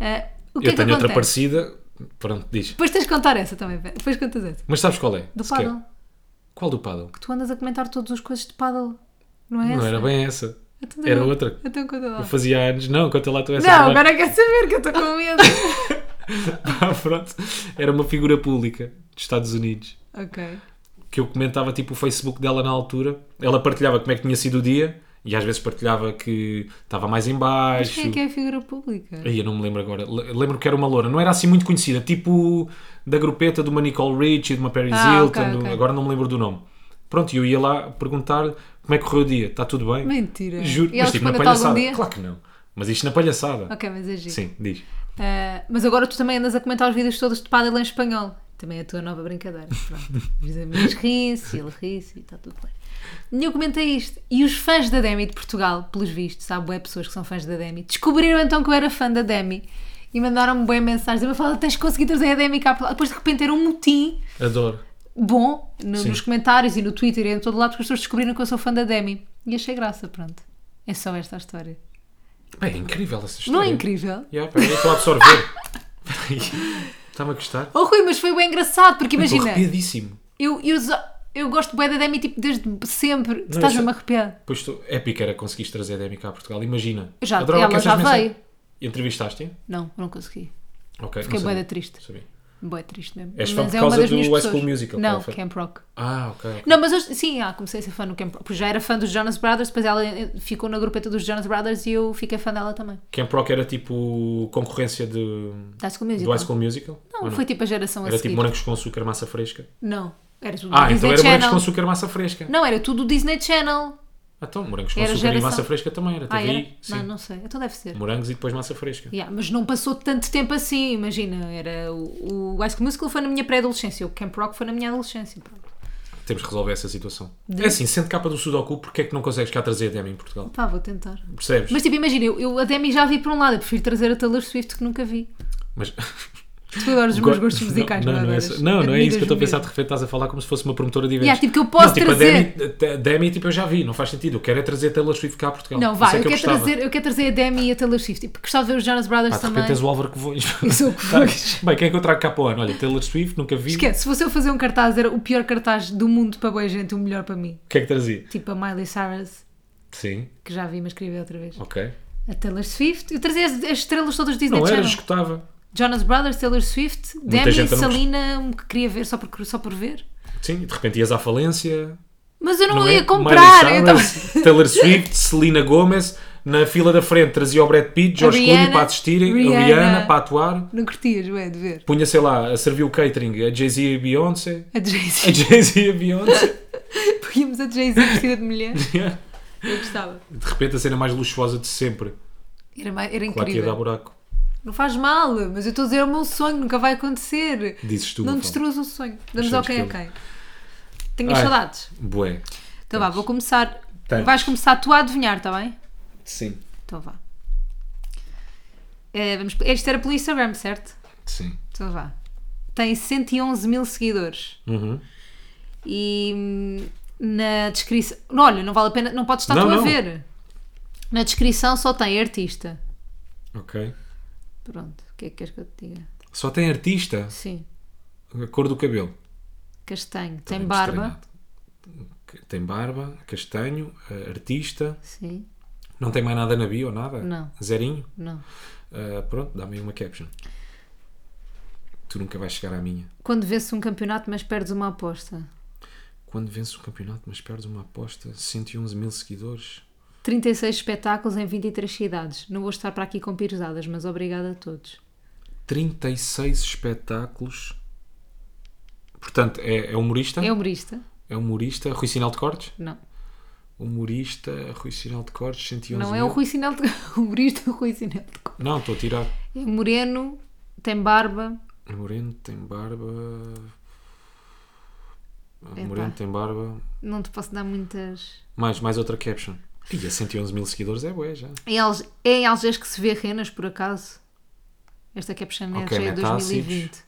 A: Ah, o que
B: Eu
A: é que
B: tenho outra
A: acontece?
B: parecida. Pronto, diz.
A: Depois tens de contar essa também, Vera. depois contas essa.
B: Mas sabes qual é?
A: Do
B: Sequer.
A: paddle.
B: Qual do paddle?
A: Tu andas a comentar todas as coisas de paddle, não é
B: Não
A: essa?
B: era bem essa.
A: Então,
B: Era outra.
A: Então conta lá.
B: Eu fazia anos. Não, conta lá tu
A: Não,
B: essa. primeiro.
A: agora quer saber que eu estou com medo.
B: Ah, pronto. Era uma figura pública dos Estados Unidos.
A: ok.
B: que eu comentava tipo o Facebook dela na altura. Ela partilhava como é que tinha sido o dia e às vezes partilhava que estava mais em
A: Mas
B: baixo.
A: quem é que é a figura pública?
B: Aí eu não me lembro agora. Le- Lembro que era uma loura. Não era assim muito conhecida. Tipo da grupeta de uma Nicole Rich e de uma Paris
A: Ah,
B: Hilton.
A: ok,
B: do-
A: ok.
B: Agora não me lembro do nome. Pronto, e eu ia lá perguntar como é que correu o dia. Está tudo bem?
A: Mentira. E
B: Juro. mas
A: ela
B: tipo na
A: respondeu-te algum
B: palhaçada.
A: dia?
B: Claro que não. Mas isto na palhaçada.
A: Ok, mas é giro.
B: Sim, diz.
A: Ah, mas agora tu também andas a comentar os vídeos todos de pádel em espanhol. Também é a tua nova brincadeira. Pronto. Os amigos riem-se, ele ri-se e está tudo bem. E eu comentei isto. E os fãs da Demi de Portugal, pelos vistos, sabe, é pessoas que são fãs da Demi, descobriram então que eu era fã da Demi e mandaram-me bem mensagens. Eu falo, tens conseguido trazer a Demi cá. para lá." Depois de repente era um motim
B: Adoro.
A: bom no-
B: Sim.
A: nos comentários e no Twitter e em todo lado porque as pessoas descobriram que eu sou fã da Demi. E achei graça, pronto. É só esta a história.
B: Bem, é incrível essa história.
A: Não é incrível?
B: Yeah, peraí, estou a absorver. Peraí. Está-me a gostar.
A: Oh Rui, mas foi bem engraçado, porque
B: Estou
A: imagina,
B: arrepiadíssimo.
A: eu, eu, zo- eu gosto bué da Demi tipo desde sempre. Tu
B: Não, é-
A: estás
B: eu sei.
A: mesmo arrepiado.
B: Pois tu, épico era conseguiste trazer a Demi cá a Portugal, imagina.
A: Já,
B: Adorava
A: ela
B: que essas
A: já
B: mensagens-
A: veio.
B: Entrevistaste-a?
A: Não, não consegui.
B: Ok,
A: Fiquei
B: não
A: bué
B: sabia.
A: da triste.
B: Sabia.
A: Bué triste mesmo. é
B: És fã por causa do
A: minhas
B: High School Musical, que
A: Não,
B: ela fez.
A: Camp Rock.
B: Ah, ok. ok.
A: Não, mas eu, sim, ah, comecei a ser fã no Camp Rock. Porque já era fã dos Jonas Brothers, depois ela eh, ficou na grupeta dos Jonas Brothers e eu fiquei fã dela também.
B: Camp Rock era tipo concorrência de,
A: Da High School
B: do
A: Musical.
B: High School Musical?
A: Não,
B: Ou
A: foi tipo a geração
B: Era
A: a seguir.
B: tipo morangos com açúcar, massa fresca.
A: Não, era tudo
B: Ah,
A: do Disney
B: então era morangos
A: Channel.
B: com açúcar, massa fresca.
A: Não, era tudo Disney Channel.
B: Então, morangos com
A: Era
B: açúcar e
A: geração.
B: massa fresca também era. TV,
A: Ah, era?
B: sim.
A: Não, não sei. Então deve ser.
B: Morangos e depois massa fresca.
A: Yeah, mas não passou tanto tempo assim, imagina. Era o, o High School Musical foi na minha pré-adolescência, o Camp Rock foi na minha adolescência. pronto.
B: Temos que resolver essa situação. É assim, sendo capa do Sudoku, porque é que não consegues cá trazer a Demi em Portugal?
A: Pá, vou tentar.
B: Percebes?
A: Mas tipo, imagina, eu, eu a Demi já vi por um lado, eu prefiro trazer a Taylor Swift que nunca vi.
B: Mas-
A: Tu adoras os meus gostos musicais,
B: não,
A: não,
B: não, não, é,
A: adoras?
B: isso- não, não é isso que eu estou a pensar. De
A: Admiras-me
B: repente estás a falar como se fosse uma promotora de eventos.
A: Yeah, tipo, que eu posso
B: não, tipo,
A: trazer.
B: A Demi, a Demi, tipo, eu já vi, não faz sentido. Eu quero é trazer a Taylor Swift cá a Portugal.
A: mesmo. Não,
B: Por isso
A: vai,
B: é
A: eu,
B: que
A: quero
B: gostava.
A: trazer, eu quero trazer a Demi e a Taylor Swift. E porque gostava de ver os Jonas Brothers
B: Pá, de
A: também.
B: repente és o Álvaro Covões.
A: Eu sou o Covões.
B: Bem, quem é que eu trago cá para o ano? Olha, Taylor Swift, nunca vi.
A: Esquece, se fosse eu fazer um cartaz, era o pior cartaz do mundo para boa gente, o melhor para mim.
B: O que é que trazia?
A: Tipo a Miley Cyrus,
B: Sim,
A: que já vi, mas queria ver outra vez.
B: ok.
A: A Taylor Swift. Eu trazia as, as estrelas todas do Disney
B: Não era,
A: Channel.
B: escutava.
A: Jonas Brothers, Taylor Swift, Demi,
B: gente a não
A: Salina, um que queria ver só por, só por ver.
B: Sim, de repente ias à falência.
A: Mas eu não,
B: Não
A: ia
B: é?
A: comprar.
B: Miley
A: eu
B: Cyrus,
A: tava-
B: Taylor Swift, Selena Gomez, na fila da frente trazia o Brad Pitt, George Clooney
A: Rihanna,
B: para assistirem, a Rihanna
A: Rihanna.
B: para atuar.
A: Não curtias, ué, de ver.
B: Punha, sei lá, a servir o catering a Jay-Z e a Beyoncé.
A: A
B: A
A: Jay-Z.
B: Jay-Z e a Beyoncé.
A: Punhamos a Jay-Z vestida de mulher.
B: de
A: Eu gostava.
B: repente a cena mais luxuosa de sempre.
A: Era, ma- era
B: Claro que ia
A: incrível.
B: dar buraco.
A: Não faz mal, mas eu estou a dizer é o meu sonho, nunca vai acontecer.
B: Dizes tu,
A: não
B: Mafalda.
A: destruas o sonho. Damos ao quem a
B: Gostamos
A: quem. Tenho as
B: Ai.
A: saudades.
B: Bué.
A: Então vá, vou começar.
B: Tens.
A: Vais começar tu a adivinhar, está bem?
B: Sim.
A: Então vá. Eh, vamos... Este era pelo Instagram, certo?
B: Sim.
A: Então vá. Tem 111 mil seguidores.
B: Uhum.
A: E hum, na descrição. Não, olha, não vale a pena. Não podes estar
B: Não,
A: tu a
B: não.
A: ver. Na descrição só tem artista.
B: Ok.
A: Pronto, o que é que queres que eu te diga?
B: Só tem artista.
A: Sim,
B: A cor do cabelo.
A: castanho. Tem
B: Bem
A: barba.
B: estranhado. Tem barba, castanho, eh, artista.
A: Sim,
B: Não tem mais nada na bio, nada?
A: Não.
B: Zerinho?
A: não.
B: Ah, pronto, dá-me aí uma caption. Tu nunca vais chegar à minha.
A: Quando vê-se um campeonato, mas perdes uma aposta.
B: Quando vences o campeonato, mas perdes uma aposta, 111 mil seguidores.
A: 36 espetáculos em 23 cidades. Não vou estar para aqui com piruzadas, mas obrigada a todos.
B: 36 espetáculos. Portanto, é, é humorista?
A: É humorista?
B: É humorista. Rui Sinal de Cortes?
A: Não.
B: Humorista, Rui Sinal de Cortes, 111
A: Não é
B: mil.
A: o Rui Sinel de Humorista é o Rui Sinel de Cor.
B: Não, estou a tirar.
A: É moreno, tem barba.
B: É Moreno tem barba. Ah, Moreno tem barba.
A: Não te posso dar muitas.
B: Mais, mais outra caption. E 111 mil seguidores é bué já.
A: Em Alge- É em Algés que se vê renas, por acaso? Esta caption é
B: Ok,
A: cheia de
B: metácidos.
A: 2020.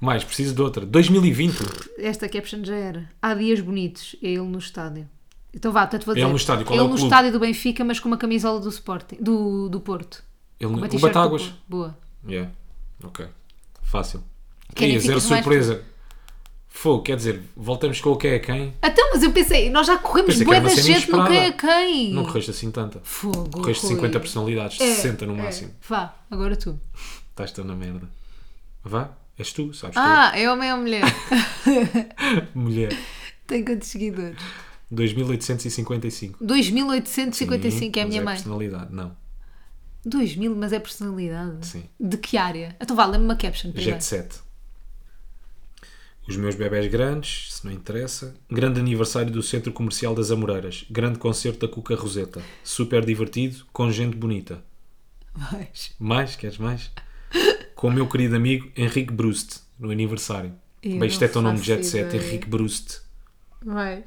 B: Mais, preciso de outra. 2020.
A: Esta caption já era. Há dias bonitos, é ele no estádio. Então vá, tanto vou
B: Ele
A: dizer.
B: no estádio, qual
A: ele
B: é o
A: no
B: clube?
A: estádio do Benfica, mas com uma camisola do Sporting, do, do Porto.
B: Ele,
A: Uma
B: o
A: t-shirt do
B: Batáguas.
A: Porto. Boa.
B: Yeah. Ok. Fácil.
A: Querem
B: Ia
A: ficar
B: zero
A: mais-
B: surpresa. Fogo, quer dizer, voltamos com o que é quem?
A: Então, mas eu pensei, nós já corremos
B: Pensei que
A: boa
B: era
A: da
B: uma cena
A: gente no
B: inesperada.
A: quem é quem.
B: Não correste assim tanta.
A: Fogo.
B: Correste
A: Rui.
B: 50 personalidades,
A: É,
B: 60 no
A: é.
B: máximo.
A: Vá, agora tu.
B: Estás tão na merda. Vá? És tu, sabes
A: Ah, é homem ou mulher?
B: tu. Mulher.
A: Tem quantos seguidores?
B: 2855.
A: 2855 é a
B: Hum, mas
A: minha mãe.
B: personalidade, não.
A: 2000, mas é personalidade.
B: Sim.
A: De que área? Então vá, lembra-me uma caption primeiro.
B: Jet 7. Os meus bebés grandes, se não interessa. Grande aniversário do Centro Comercial das Amoreiras. Grande concerto da Cuca Roseta. Super divertido, com gente bonita.
A: Vais.
B: Mais? Queres mais? Com o meu querido amigo Henrique Brust, no aniversário.
A: Eu
B: Bem, isto é
A: não
B: teu nome de
A: faço
B: Jet 7,
A: ideia.
B: Henrique Brust.
A: Vais.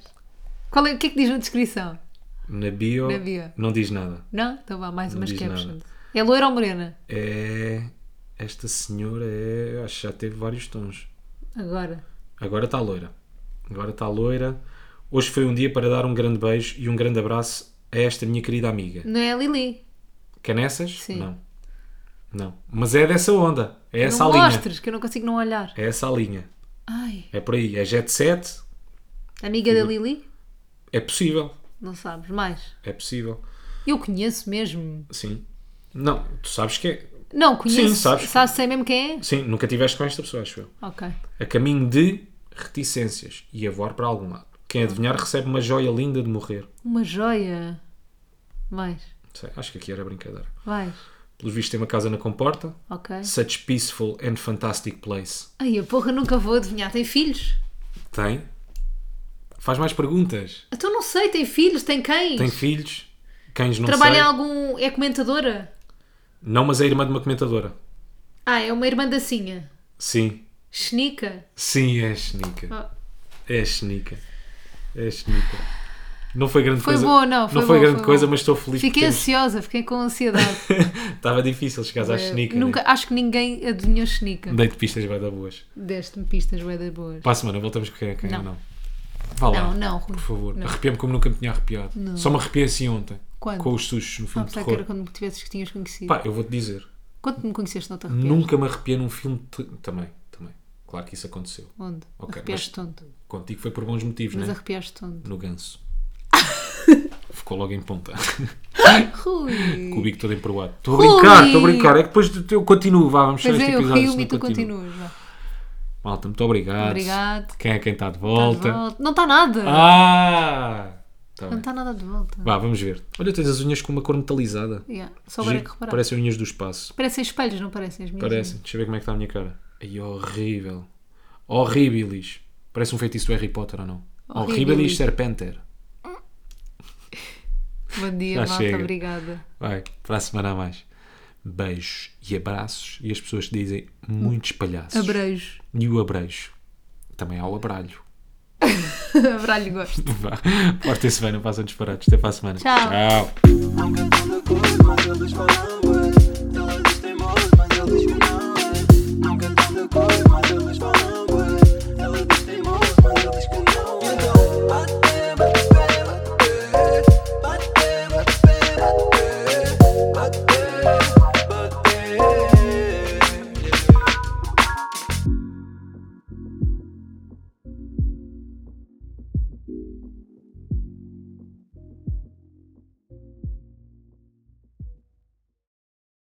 A: Qual é, o que é que diz na descrição?
B: Na bio,
A: Na bio.
B: não diz nada.
A: Não? Então vá, mais
B: Não
A: umas
B: diz
A: captions.
B: nada.
A: É loira ou morena?
B: É. Esta senhora é. eu Acho que já teve vários tons.
A: Agora.
B: Agora está loira. Agora está loira. Hoje foi um dia para dar um grande beijo e um grande abraço a esta minha querida amiga.
A: Não é a Lili?
B: Canessas?
A: Sim.
B: Não. Não. Mas é dessa onda. É essa
A: não
B: a linha.
A: mostres, que eu não consigo não olhar.
B: É essa a linha.
A: Ai,
B: É por aí. É Jet 7.
A: amiga da Lili?
B: É possível.
A: Não sabes mais.
B: É possível.
A: Eu conheço mesmo.
B: Sim. Não, tu sabes que é.
A: Não, conheço.
B: Sim, sabes.
A: Sabe, sei mesmo quem é?
B: Sim, nunca tiveste com esta pessoa, acho eu.
A: Ok.
B: A caminho de reticências e a voar para algum lado. Quem adivinhar recebe uma joia linda de morrer.
A: Uma joia. Mais.
B: Não sei, acho que aqui era brincadeira.
A: Vais.
B: Pelos vistos tem uma casa na comporta.
A: Ok.
B: Such peaceful and fantastic place.
A: Ai, a porra nunca vou adivinhar. Tem filhos?
B: Tem? Faz mais perguntas.
A: Então não sei, tem filhos, tem cães.
B: Tem filhos? Cães não
A: Trabalha
B: sei.
A: em algum. É comentadora?
B: Não, mas é irmã de uma comentadora.
A: Ah, é uma irmã da Sinha.
B: Sim.
A: Xenica.
B: Sim, é a Xenica.
A: Ah.
B: É a Xenica. É a Xenica. Não foi grande
A: Foi
B: coisa.
A: boa, não, foi
B: não foi
A: boa,
B: grande
A: foi
B: coisa,
A: boa.
B: mas estou feliz
A: Fiquei assim.
B: porque
A: ansiosa, fiquei com ansiedade.
B: temos- Estava difícil chegar à Xenica.
A: Eh, Nunca,
B: Né?
A: acho que ninguém adivinhou Xenica.
B: Dei-te pistas vai dar boas.
A: Deste-me pistas bué boas.
B: Para a semana voltamos com quem é quem
A: Não.
B: ou não. Vá lá.
A: Não, não, Rui.
B: Por favor.
A: Não.
B: Arrepia-me como nunca me tinha arrepiado. Só me arrepiei assim ontem.
A: Quando?
B: Com os sustos no
A: Ah,
B: filme de
A: pensava que era
B: terror.
A: quando me tivesses que tinhas conhecido.
B: Pá, eu vou-te dizer.
A: Quando me conheceste, não te arrepiaste?
B: Nunca me arrepiei num filme de terror. Também, também. Claro que isso aconteceu.
A: Onde?
B: Ok,
A: arrepiaste
B: mas-
A: tonto.
B: Contigo foi por bons motivos,
A: Mas
B: né?
A: arrepiaste tonto.
B: No ganso. Ficou logo em ponta. Com o
A: Rui!
B: bico todo emperroado. Estou a brincar,
A: Ui!
B: estou a brincar. É que depois de- eu continuo. Vá, vamos fechar
A: Pois
B: este
A: é, eu
B: episódio.
A: rio
B: senão
A: e tu
B: continuo.
A: continuas. vá.
B: Malta, muito obrigado.
A: Obrigado.
B: Quem é quem está de
A: Tá de
B: volta?
A: volta. Não está nada.
B: Ah! Tá
A: Não
B: bem.
A: está nada de volta.
B: Vá, vamos ver. Olha, tens as unhas com uma cor metalizada.
A: Yeah, Só agora é que
B: Giro.
A: reparar.
B: Parecem unhas do espaço.
A: Parecem espelhos, não parecem as minhas?
B: Parecem. Deixa eu ver como é que está a minha cara. Ai, horrível. Horribilis. Parece um feitiço do Harry Potter ou não?
A: Horribilis.
B: Horribilis Serpenter.
A: Bom dia,
B: Já
A: malta.
B: chega.
A: Obrigada.
B: Vai, para a semana a mais. Beijos e abraços. E as pessoas dizem muitos palhaços.
A: Abrejo.
B: E o abrejo. Também há o abralho.
A: Abralho gosto.
B: Vá. Portem-se bem, não façam disparates. Até para a semana.
A: Tchau.
B: Tchau.
C: I'm contando cool, mas eles falam